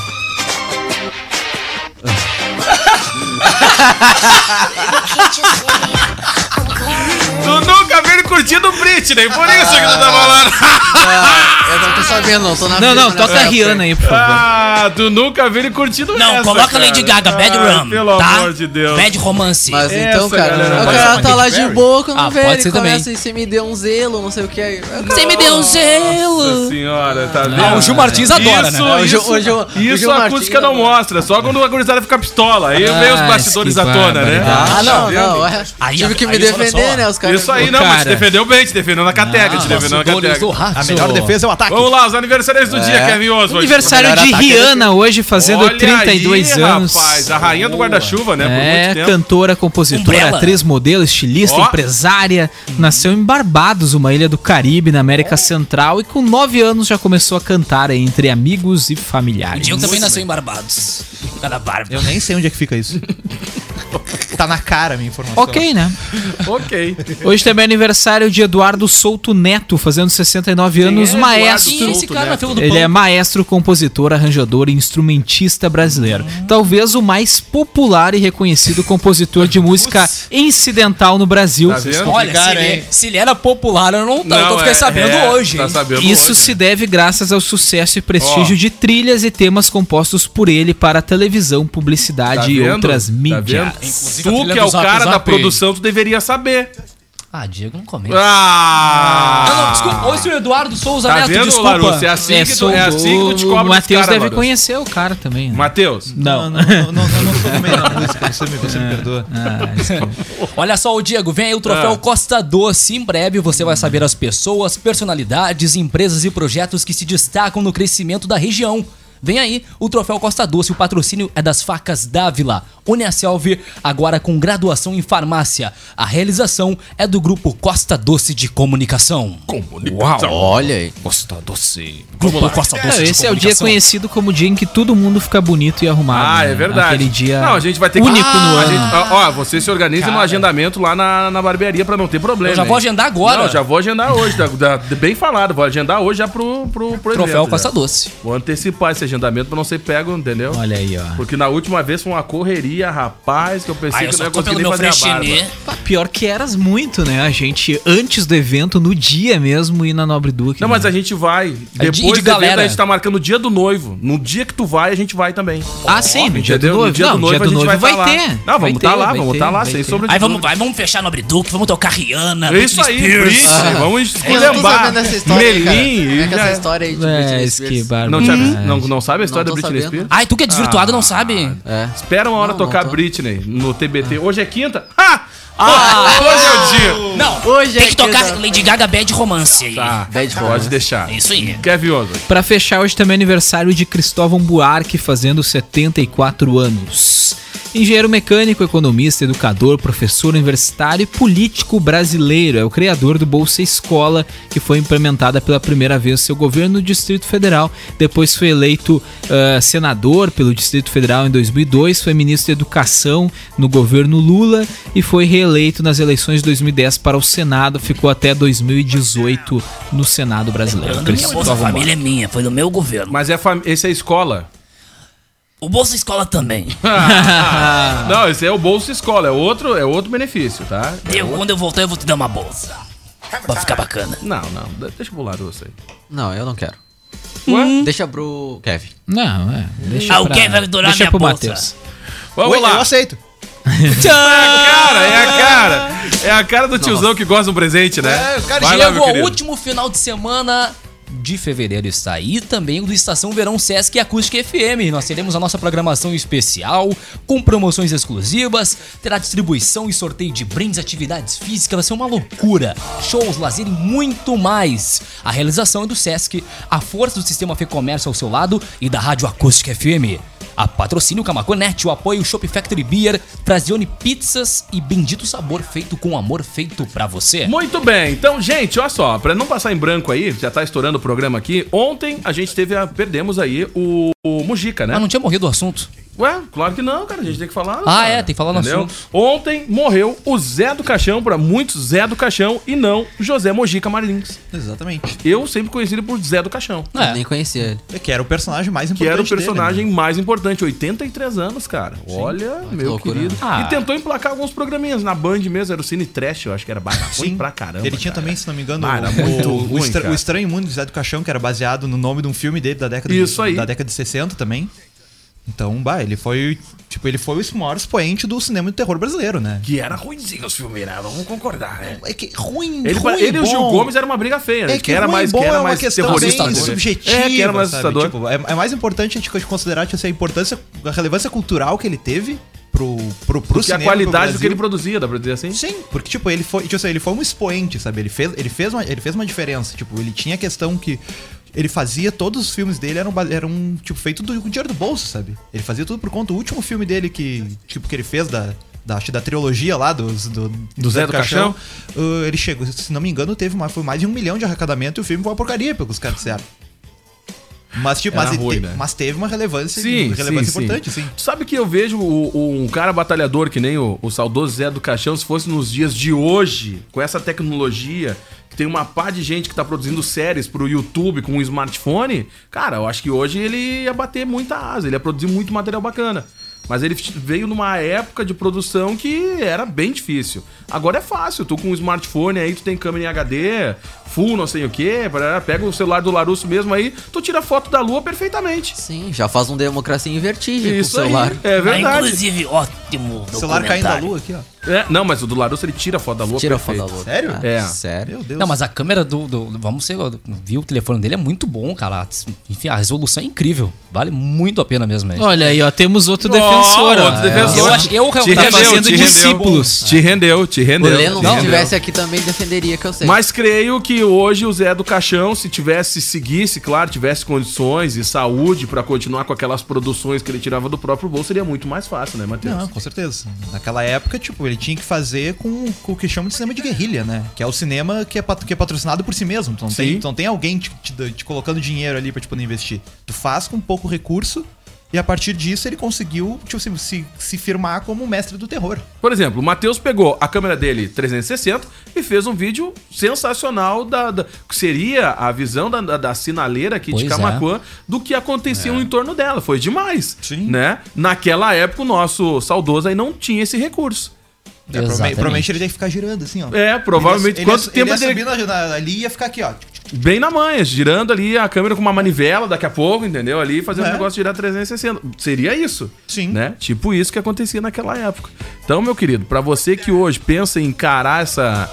A: Tu nunca viu ele curtindo Britney, por isso que tu tá falando.
G: Eu não tô sabendo, não, tô na
B: Não, não,
G: brisa nessa
B: toca a
G: época.
B: Rihanna aí, por favor.
A: Ah, tu nunca viu ele curtindo
C: Não,
A: essa,
C: coloca
A: cara.
C: Lady Gaga, Bad
A: Ai,
C: Rum.
A: Pelo
C: tá?
A: amor de Deus.
C: Bad Romance.
G: Mas
A: Essa,
G: então, cara,
A: galera,
G: o
A: pode
G: cara
D: ser
G: tá
D: uma
G: lá
D: Katy
G: de
D: Perry?
G: boa quando
C: Ah,
G: vê,
C: pode
G: ele
C: ser também.
G: começa e você me deu um zelo, não sei o que. aí.
C: Você me deu um
A: Nossa
C: zelo.
A: senhora, tá vendo?
C: Ah, o Gil Martins adora,
A: isso,
C: né?
G: O
A: Isso,
G: Gil- o Gil-
A: isso
G: o Gil
A: a
G: Martins né?
A: acústica não
G: adora.
A: mostra, só quando a gurizada fica pistola. Aí vem os
B: Ah,
A: bastidores
B: que
A: à tona, né?
B: barbaridade.
G: Ah, não, não. é.
C: Aí,
G: Tive que
C: aí,
G: me
C: olha só.
G: defender, né? Os caras.
A: Isso aí,
B: Ô,
A: não, mas te
B: cara.
A: defendeu bem, te defendeu na catega, te defendeu na
C: Bastidores do
A: catega.
C: Rato.
D: A melhor defesa é o ataque.
A: Vamos lá, os aniversariantes do
C: É.
A: dia, Kevin Oswald.
B: Aniversário de
G: um
D: ataque
B: Rihanna hoje, fazendo
A: Olha
B: 32
A: aí,
B: anos.
A: Rapaz, a rainha do guarda-chuva, né? Por
B: É,
A: muito tempo.
B: cantora, compositora,
C: Umbrella.
B: atriz, modelo, estilista,
A: Ó.
B: empresária. Nasceu em Barbados, uma ilha do Caribe, na América Central, e com 9 anos já começou a cantar aí entre amigos e
C: O
B: familiares.
C: Diego também nasceu em Barbados. Cada barba.
D: Eu nem sei onde é que fica isso. [laughs] tá na cara a minha informação.
B: Ok, né?
A: Ok. tá
B: Hoje também é aniversário de Eduardo Souto Neto, fazendo 69 anos,
A: é
B: maestro.
C: Sim, assim esse cara na fila do
A: né?
B: Ele é
C: pão.
B: maestro, compositor, arranjador e instrumentista brasileiro. Talvez o mais popular e reconhecido compositor de música incidental no Brasil.
A: Tá vendo?
C: Olha, se
D: Cara,
C: ele,
D: hein?
C: se ele era popular, eu não, não, Então, eu tô
A: Não,
C: fiquei
A: é-
C: sabendo
A: é,
C: hoje.
A: Tá
C: hein?
A: sabendo
B: Isso
A: hoje.
B: se deve graças ao sucesso e prestígio de trilhas e temas compostos por ele para televisão, publicidade
A: Tá
B: e
A: vendo?
B: outras
A: Tá
B: mídias.
A: vendo?
C: Inclusive, a
A: Tu
C: trilha
A: que é
C: do
A: o
C: Zap
A: cara da
C: Zap.
A: produção, tu deveria saber.
C: Ah, Diego não comenta.
A: Ah!
C: Não, não, desculpa. Oi, senhor Eduardo Souza
A: Tá
C: Neto,
A: vendo,
C: desculpa.
A: Larusso? É assim que tu- é assim que tu te cobra
B: O
A: dos
B: Matheus
A: caras,
B: deve
A: Larusso.
B: conhecer o cara também. né?
A: Matheus.
B: Não.
D: Não, não, eu não tô comendo a música, você me, você me perdoa.
C: Olha só, o Diego, vem aí o troféu
A: Ah.
C: Costa Doce. Em breve você vai saber as pessoas, personalidades, empresas e projetos que se destacam no crescimento da região. Vem aí o troféu Costa Doce, o patrocínio é das facas Dávila. Une a Selvi agora com graduação em farmácia. A realização é do grupo Costa Doce de Comunicação.
A: Comunicação.
G: Olha aí.
A: Costa doce.
C: Grupo Costa Doce
A: tipo
B: Cara,
C: de
B: esse é o dia
C: Comunicação.
B: conhecido como o dia em que todo mundo fica bonito e arrumado.
A: Ah, é
B: né?
A: verdade.
B: Aquele dia
A: Não, a gente vai ter que. Ah,
B: único no
A: a
B: ano.
A: gente- ó, ó, você se organiza no
C: Cara.
A: agendamento lá na, na barbearia pra não ter problema.
C: Eu já vou
A: hein?
C: agendar agora.
A: né, Não, já vou agendar hoje. tá- tá bem falado, vou agendar hoje já pro, pro, pro evento,
C: Troféu
A: já.
C: Costa Doce.
A: Vou antecipar esse agendamento pra não ser pego, entendeu?
B: Olha aí, ó.
A: Porque na última vez foi uma correria, rapaz, que eu
B: Ah,
A: pensei que Ah, eu não ia conseguir nem fazer a barba.
B: Pá, Pior que eras muito, né? A gente, antes do evento, no dia mesmo, ir na Nobre Duque.
A: Não,
B: né?
A: mas a gente vai.
C: de- e
A: Depois
C: de
A: do evento,
C: galera?
A: a gente tá marcando o dia do noivo. No dia que tu vai, a gente vai também.
B: Ah, sim, no dia do
A: Entendeu?
B: noivo.
A: No dia do
B: Não, no
A: noivo a gente vai
B: vai,
A: tá lá.
B: ter.
A: Não, vamos
B: Vai
A: tá
B: ter,
A: lá,
B: vai
A: vamos
B: ter,
A: tá lá,
B: vai
A: sem
B: ter.
A: sombra de
C: Aí vamos,
A: dúvida.
C: vai, vamos fechar Nobre Duque, vamos tocar Rihanna,
A: É isso aí, Britney,
C: Ah.
A: vamos
G: Eu não tô
A: esculhambar.
G: sabendo essa história aí, cara. Como é que essa
A: já-
G: história aí de
B: É,
G: Britney
B: isso que
G: Spears?
B: barba.
A: Não, tinha-
C: Uhum.
A: não, não sabe a
G: Não
A: história
G: tô
A: da Britney
G: sabendo.
A: Spears?
C: Ai, tu que é desvirtuado não sabe?
G: É.
A: Espera uma hora
G: Não,
A: tocar
G: não tô.
A: Britney no TBT. Hoje é
C: [laughs]
A: quinta?
C: Ah!
A: Ha! Hoje é o dia.
C: Não,
G: Hoje
C: tem
G: é
C: que tocar
G: quinta-
C: Lady Gaga Bad Romance aí.
A: Tá,
G: Bad
A: pode
G: Romance.
A: deixar.
C: É isso aí.
A: Kevin Oswald.
B: Pra fechar, hoje também é aniversário de Cristóvão Buarque, fazendo 74 anos. Engenheiro mecânico, economista, educador, professor universitário e político brasileiro. É o criador do Bolsa Escola, que foi implementada pela primeira vez no seu governo no Distrito Federal. Depois foi eleito ah, senador pelo Distrito Federal em 2002, foi ministro da Educação no governo Lula e foi reeleito nas eleições de 2010 para o Senado. Ficou até 2018 no Senado brasileiro.
C: Minha Bolsa Família é minha, foi do meu governo.
A: Mas é fam... esse é a escola?
C: O Bolsa Escola também. Ah.
A: Não, esse é o bolso escola, é outro, é outro benefício, tá?
C: Eu, quando eu voltar, eu vou te dar uma bolsa. Pra ficar bacana.
A: Não, não, de- deixa eu pular isso aí.
G: Não, eu não quero. Deixa pro Kevin.
B: Não, é. Deixa
C: Ah, o
B: pra-
C: Kevin vai adorar
B: deixa
C: minha
B: pro
C: bolsa.
B: Matheus.
A: Vamos
D: Oi,
A: lá.
D: Eu aceito.
A: Cara, é a cara.
G: Ah.
A: É a cara do tiozão que gosta de um presente, né?
D: É, cara,
A: Vai lá,
C: Diego,
A: meu
C: o
A: querido.
C: último final de semana de fevereiro está aí também o do Estação Verão Sesc e Acústica FM. Nós teremos a nossa programação especial com promoções exclusivas, terá distribuição e sorteio de brindes, atividades físicas, vai ser uma loucura. Shows, lazer e muito mais. A realização é do Sesc, a força do Sistema Fê Comércio ao seu lado e da Rádio Acústica FM. A patrocínio Camaconete, o apoio Shop Factory Beer, Frazione Pizzas e Bendito Sabor feito com amor feito pra você.
A: Muito bem, então, gente, olha só, pra não passar em branco aí, já tá estourando o programa aqui. Ontem a gente teve a. Perdemos aí o, o Mujica, né?
C: Ah, não tinha morrido o assunto.
A: Ué, claro que não, cara. A gente tem que falar.
C: Ah,
A: cara.
C: é, tem que falar no assunto.
A: Ontem morreu o Zé do Caixão, pra muitos Zé do Caixão, e não José Mojica Marins.
D: Exatamente.
A: Eu sempre conheci ele por Zé do Caixão.
C: É.
G: Nem conhecia ele.
D: É Que era o personagem mais
A: Que
D: importante
A: era o
D: dele,
A: personagem
D: né?
A: mais importante, 83 anos, cara. Olha, meu
G: loucura,
A: querido.
G: né?
C: Ah.
A: E tentou emplacar alguns programinhas na Band mesmo, era o Cine Trash, eu acho que era barra ruim
D: Sim.
A: pra caramba.
D: Ele tinha
A: cara.
D: também, se não me engano,
A: Ah, era
D: o,
A: muito
D: o,
A: ruim,
D: Estra-
A: cara.
D: o Estranho Mundo de Zé do Caixão, que era baseado no nome de um filme dele da década,
A: Isso
D: de,
A: aí.
D: Da década de 60 também. Então, bah, ele foi. Tipo, ele foi o maior expoente do cinema de terror brasileiro, né?
A: Que era ruimzinho os filmes, né? Vamos concordar, né?
D: É que ruim,
A: Ele,
D: ruim
A: ele e o Gil
D: bom.
A: Gomes era uma briga feia, né?
D: É
A: que, era
D: ruim
A: mais,
D: bom
A: que era
D: é uma
A: mais
D: questão
A: terrorista.
D: bem
A: né?
D: subjetiva,
A: é, que era mais
D: sabe?
A: assustador.
D: Tipo, é, é mais importante a gente considerar tipo, assim, a importância, a relevância cultural que ele teve pro, pro, pro
A: Porque a
D: cinema. pro
A: qualidade
D: Brasil.
A: do que ele produzia, dá pra dizer assim?
D: Sim, porque, tipo, ele foi. Tipo, assim, ele foi um expoente, sabe? Ele fez, ele, fez uma, ele fez uma diferença. Tipo, ele tinha a questão que. Ele fazia, todos os filmes dele eram, ba- eram tipo, feito do, com dinheiro do bolso, sabe? Ele fazia tudo por conta. O último filme dele que, tipo, que ele fez da. Da, acho que da trilogia lá dos, do,
A: Zé do Caixão.
D: uh, ele chegou, se não me engano, teve mais, foi mais de um milhão de arrecadamento e o filme foi uma porcaria, pelos caras disseram. Mas, tipo,
A: Era
D: mas, ele
A: ruim,
D: te-
A: né?
D: mas teve uma relevância,
A: Sim,
D: relevância
A: sim,
D: importante,
A: sim.
D: sim.
A: Tu sabe que eu vejo o- o- um cara batalhador que nem o, o saudoso Zé do Caixão, se fosse nos dias de hoje, com essa tecnologia, que tem uma pá de gente que tá produzindo séries pro YouTube com um smartphone, cara, eu acho que hoje ele ia bater muita asa, ele ia produzir muito material bacana. Mas ele veio numa época de produção que era bem difícil. Agora é fácil, tu com um smartphone aí, tu tem câmera em HD, full não sei o quê, parará, pega o celular do Larusso mesmo aí, tu tira foto da lua perfeitamente.
G: Sim, já faz um democracia em vertigem com
A: Isso
G: o
A: aí,
G: celular.
A: é
C: Ah,
A: verdade.
C: inclusive, ó,
F: ótimo
D: O celular caindo da lua aqui, ó.
A: É, não, mas o do Larusso ele tira a foto da lua.
C: Tira a foto da
A: perfeito.
C: lua.
D: Sério?
C: Ah,
A: É.
C: Sério.
D: Meu Deus.
C: Não, mas a câmera do, do- Vamos ser. Viu o telefone dele é muito bom, cara. Enfim, a resolução é incrível. Vale muito a pena mesmo. É.
B: Olha aí, ó, temos outro
A: Ó,
B: defensor. ó.
A: outro defensor.
C: Eu acho- eu
A: Te
C: tá
A: rendeu,
B: fazendo
A: te rendeu.
B: discípulos.
A: Te rendeu, te
G: O
A: rendeu.
G: Leno,
A: te
G: se
A: rendeu.
G: estivesse aqui também, defenderia, que eu sei.
A: Mas creio que hoje o Zé do Caixão, se tivesse, seguisse, claro, tivesse condições e saúde pra continuar com aquelas produções que ele tirava do próprio bolso, seria muito mais fácil, né, Matheus?
D: Não, com certeza. Naquela época, tipo, ele tinha que fazer com, com o que chamam de cinema de guerrilha, né? Que é o cinema que é, pat- que é patrocinado por si mesmo. Então,
A: Sim.
D: tem, então tem alguém te, te dando- te colocando dinheiro ali pra te poder investir. Tu faz com pouco recurso e a partir disso ele conseguiu tipo, se, se, se firmar como um mestre do terror.
A: Por exemplo, o Matheus pegou a câmera dele 360 e fez um vídeo sensacional da, da- que seria a visão da, da, da sinaleira aqui de
C: Pois é.
A: Camacuã do que acontecia no entorno dela. Foi demais,
D: Sim.
A: né? Naquela época o nosso saudoso aí não tinha esse recurso.
D: É, prova-
C: Exatamente.
D: provavelmente ele tem que ficar girando assim, ó.
A: É, provavelmente.
D: Ele ia-
A: quanto
D: ele, é
A: tempo
D: ele ia
A: ele,
D: subir na- na- ali e ia ficar aqui, ó.
A: Bem na manha, girando ali a câmera com uma manivela daqui a pouco, entendeu? Ali fazendo o
D: É.
A: negócio girar 360. Seria isso.
D: Sim.
A: Né? Tipo isso que acontecia naquela época. Então, meu querido, pra você que hoje pensa em encarar essa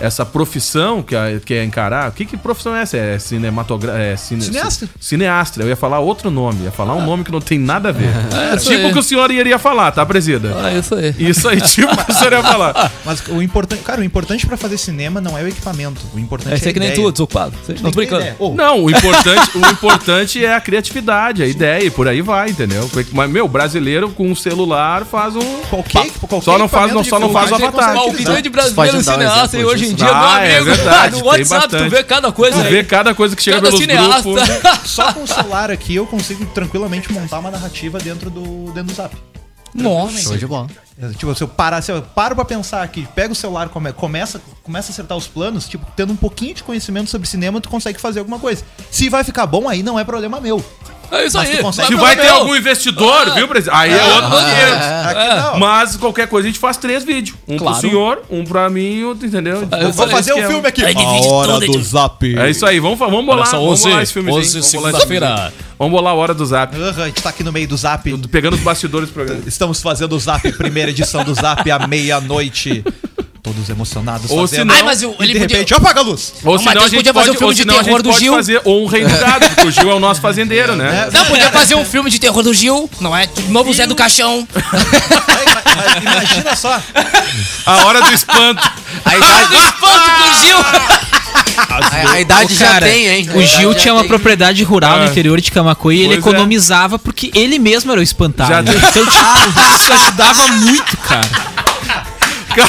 A: essa profissão que é, que é encarar, que, que profissão é essa? É cinematogra... é cine-
D: Cineasta. Ah.
A: Cineastra. Eu ia falar outro nome, ia falar um nome que não tem nada a
D: [laughs]
A: ver.
D: É,
C: isso
A: tipo o
C: aí.
A: que o senhor iria falar, tá, presida?
B: É,
C: Ah, isso aí.
A: Isso aí, tipo o que o senhor ia
D: [laughs]
A: falar.
D: Mas o importante, cara, o importante pra fazer cinema não é o equipamento. O importante
C: É, sei que nem
D: ideia.
C: tu, desocupado. Não tô
D: Tem que ter
C: brincando.
D: ideia. Ô,
A: Não, o importante, o importante é a criatividade, a ideia, e por aí vai, entendeu? Mas, meu, brasileiro com um celular faz um.
D: Qualquer, qualquer
A: Só não faz-
D: equipamento de
A: só não faz o
D: filmagem ele
A: avatar.
D: consegue
C: Mas o
D: utilizar.
C: grande
G: Pode
C: brasileiro
G: dar um
C: cineasta
G: exemplo
C: e hoje em
G: disso.
C: dia,
A: Ah,
C: meu
A: é
C: amigo,
A: verdade,
C: no
A: tem
C: WhatsApp tu
A: bastante.
C: vê cada coisa
A: Tu
C: aí.
A: vê cada coisa que chega
C: Cada
A: pelos
C: cineasta.
A: grupos. né?
C: [laughs]
D: Só com o celular aqui eu consigo tranquilamente montar uma narrativa dentro do, dentro do zap.
G: Show de bola.
D: Tipo, se eu parar, se eu paro pra pensar aqui, pega o celular, come, começa, começa a acertar os planos, tipo, tendo um pouquinho de conhecimento sobre cinema, tu consegue fazer alguma coisa. Se vai ficar bom, aí não é problema meu.
C: É isso
D: Mas
C: aí.
D: tu consegue-
A: Se
C: pro
A: vai ter
C: Gabriel.
A: algum investidor,
C: Ah.
A: viu, presidente? Aí é outro 500.
D: Aqui não.
A: Mas qualquer coisa a gente faz três vídeos. Um
C: Claro.
A: pro senhor, um pra mim, e outro, entendeu?
D: Eu vou fazer um filme aqui.
C: divide tudo, divide tudo.
D: zap.
A: É isso aí, vamos, fa- vamos bolar,
C: Olha só,
A: vamos
C: 11,
A: bolar esse filmezinho.
C: 11,
A: vamos bolar esse
C: segunda-feira.
A: filmezinho. Vamos bolar a hora do zap.
D: Aham, a gente tá aqui no meio do zap.
A: Pegando os bastidores do programa.
D: Estamos fazendo o zap, primeira edição do zap, à meia-noite. Todos emocionados.
A: Ou
D: fazendo.
A: senão-
C: Ai, mas eu-
D: e
C: ele
D: de
C: podia-
D: repente, apaga a luz.
A: Ou
C: O
A: senão
C: Matheus
A: a gente
C: podia fazer
A: pode,
C: um filme
A: ou
C: de
A: senão a
C: terror
A: gente
C: do
A: pode
C: Gil.
A: fazer ou um rei do gado, porque o Gil é o nosso fazendeiro, né?
C: Não, podia fazer um filme de terror do Gil, não é? De Novo Zé do Caixão.
D: Ai, mas- mas imagina só.
A: A hora do espanto.
G: A
C: Ah,
G: idade,
C: [laughs] do espanto com o Gil.
G: a, a idade já
B: Cara,
G: tem, hein? A
B: O
G: idade
B: Gil
G: já
B: tinha uma
G: tem.
B: propriedade
A: Ah.
B: rural no interior de Camacuã e ele
A: Pois é.
B: economizava porque ele mesmo era o espantalho.
A: Já Ah. tem-
B: Então,
A: [laughs]
B: tipo, isso ajudava muito, cara.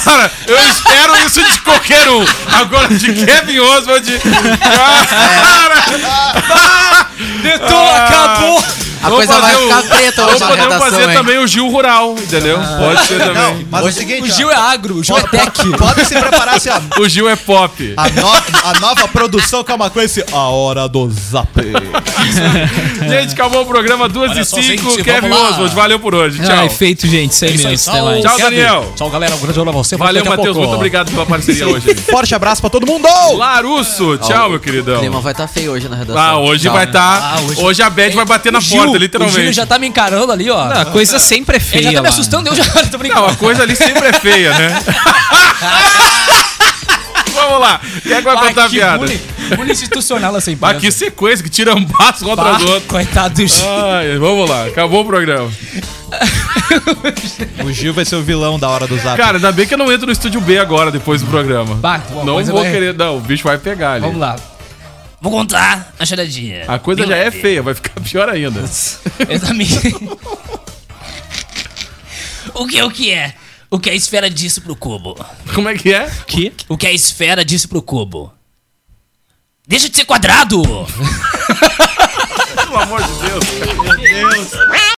A: Cara, eu espero isso de qualquer um. Agora de Kevin Oswald. Cara!
C: Então
A: Ah.
C: acabou.
G: A
A: Vamos
G: coisa vai
A: fazer
G: ficar
A: o-
G: preta hoje na
A: Podemos
G: redação,
A: fazer
G: hein? Ah.
A: também o Gil Rural, entendeu? Pode ser
D: Não,
A: também.
D: mas é o seguinte,
C: O
D: ó.
C: Gil é agro, o Gil é tech.
D: Podem se preparar assim, ó.
A: O Gil é pop.
G: Ah.
D: A, no- a nova produção calma com esse A Hora do Zap.
A: Gente, acabou o programa 2 e
C: Olha só,
A: 5.
C: gente,
A: Kevin
C: vamos lá.
A: Oswald, valeu por hoje. Tchau.
B: Ah, feito, gente. Isso aí
C: É Isso aí,
B: mesmo. até mais.
A: Tchau,
C: Kevin.
A: Daniel.
C: Tchau, galera. Um grande abraço pra você.
A: Valeu,
C: Daqui a
A: Matheus.
C: pouco.
A: Muito obrigado pela
G: [laughs]
A: parceria hoje.
D: Forte abraço pra todo mundo!
C: É.
A: Larusso, tchau, meu
G: O
A: queridão.
G: clima vai
C: tá
G: estar feio hoje na redação.
A: Ah, hoje vai estar.
C: Ah,
A: hoje...
C: hoje-
A: a Bad vai bater na
C: O Gil,
A: porta,
C: O Gil
A: Tá literalmente.
C: já tá me encarando ali, ó.
B: Ah, A coisa sempre é feia.
C: Ele já tá me
B: lá.
C: assustando, eu já [laughs] tô
A: Não,
C: brincando.
A: a coisa ali sempre é feia, né?
C: [laughs]
A: Vamos lá. Quem é que vai
C: Ah,
A: contar a
C: que
A: piada?
C: bullying- bullying institucional essa
A: Bah,
C: empresa.
A: que sequência, que tira um passo contra
C: Bah,
A: os outros.
C: Coitado do Gil.
A: Ai, vamos lá, acabou o programa.
D: O Gil vai ser o vilão da Hora do Zap.
A: Cara, ainda bem que eu não entro no estúdio B agora, depois do programa.
C: Bah, uma
A: não
C: coisa
A: vou
C: vai-
A: querer, não, o bicho vai pegar ali.
C: Vamos lá. Vou contar a charadinha.
A: A coisa
C: Bem
A: já é
C: leve.
A: feia, vai ficar [laughs] pior ainda.
C: Exatamente. [laughs] o que é o que é? O que a esfera disse pro cubo?
A: Como é que é?
B: Que?
C: O que a esfera disse pro cubo? Deixa de ser quadrado!
A: Pelo amor de Deus.
I: Ué,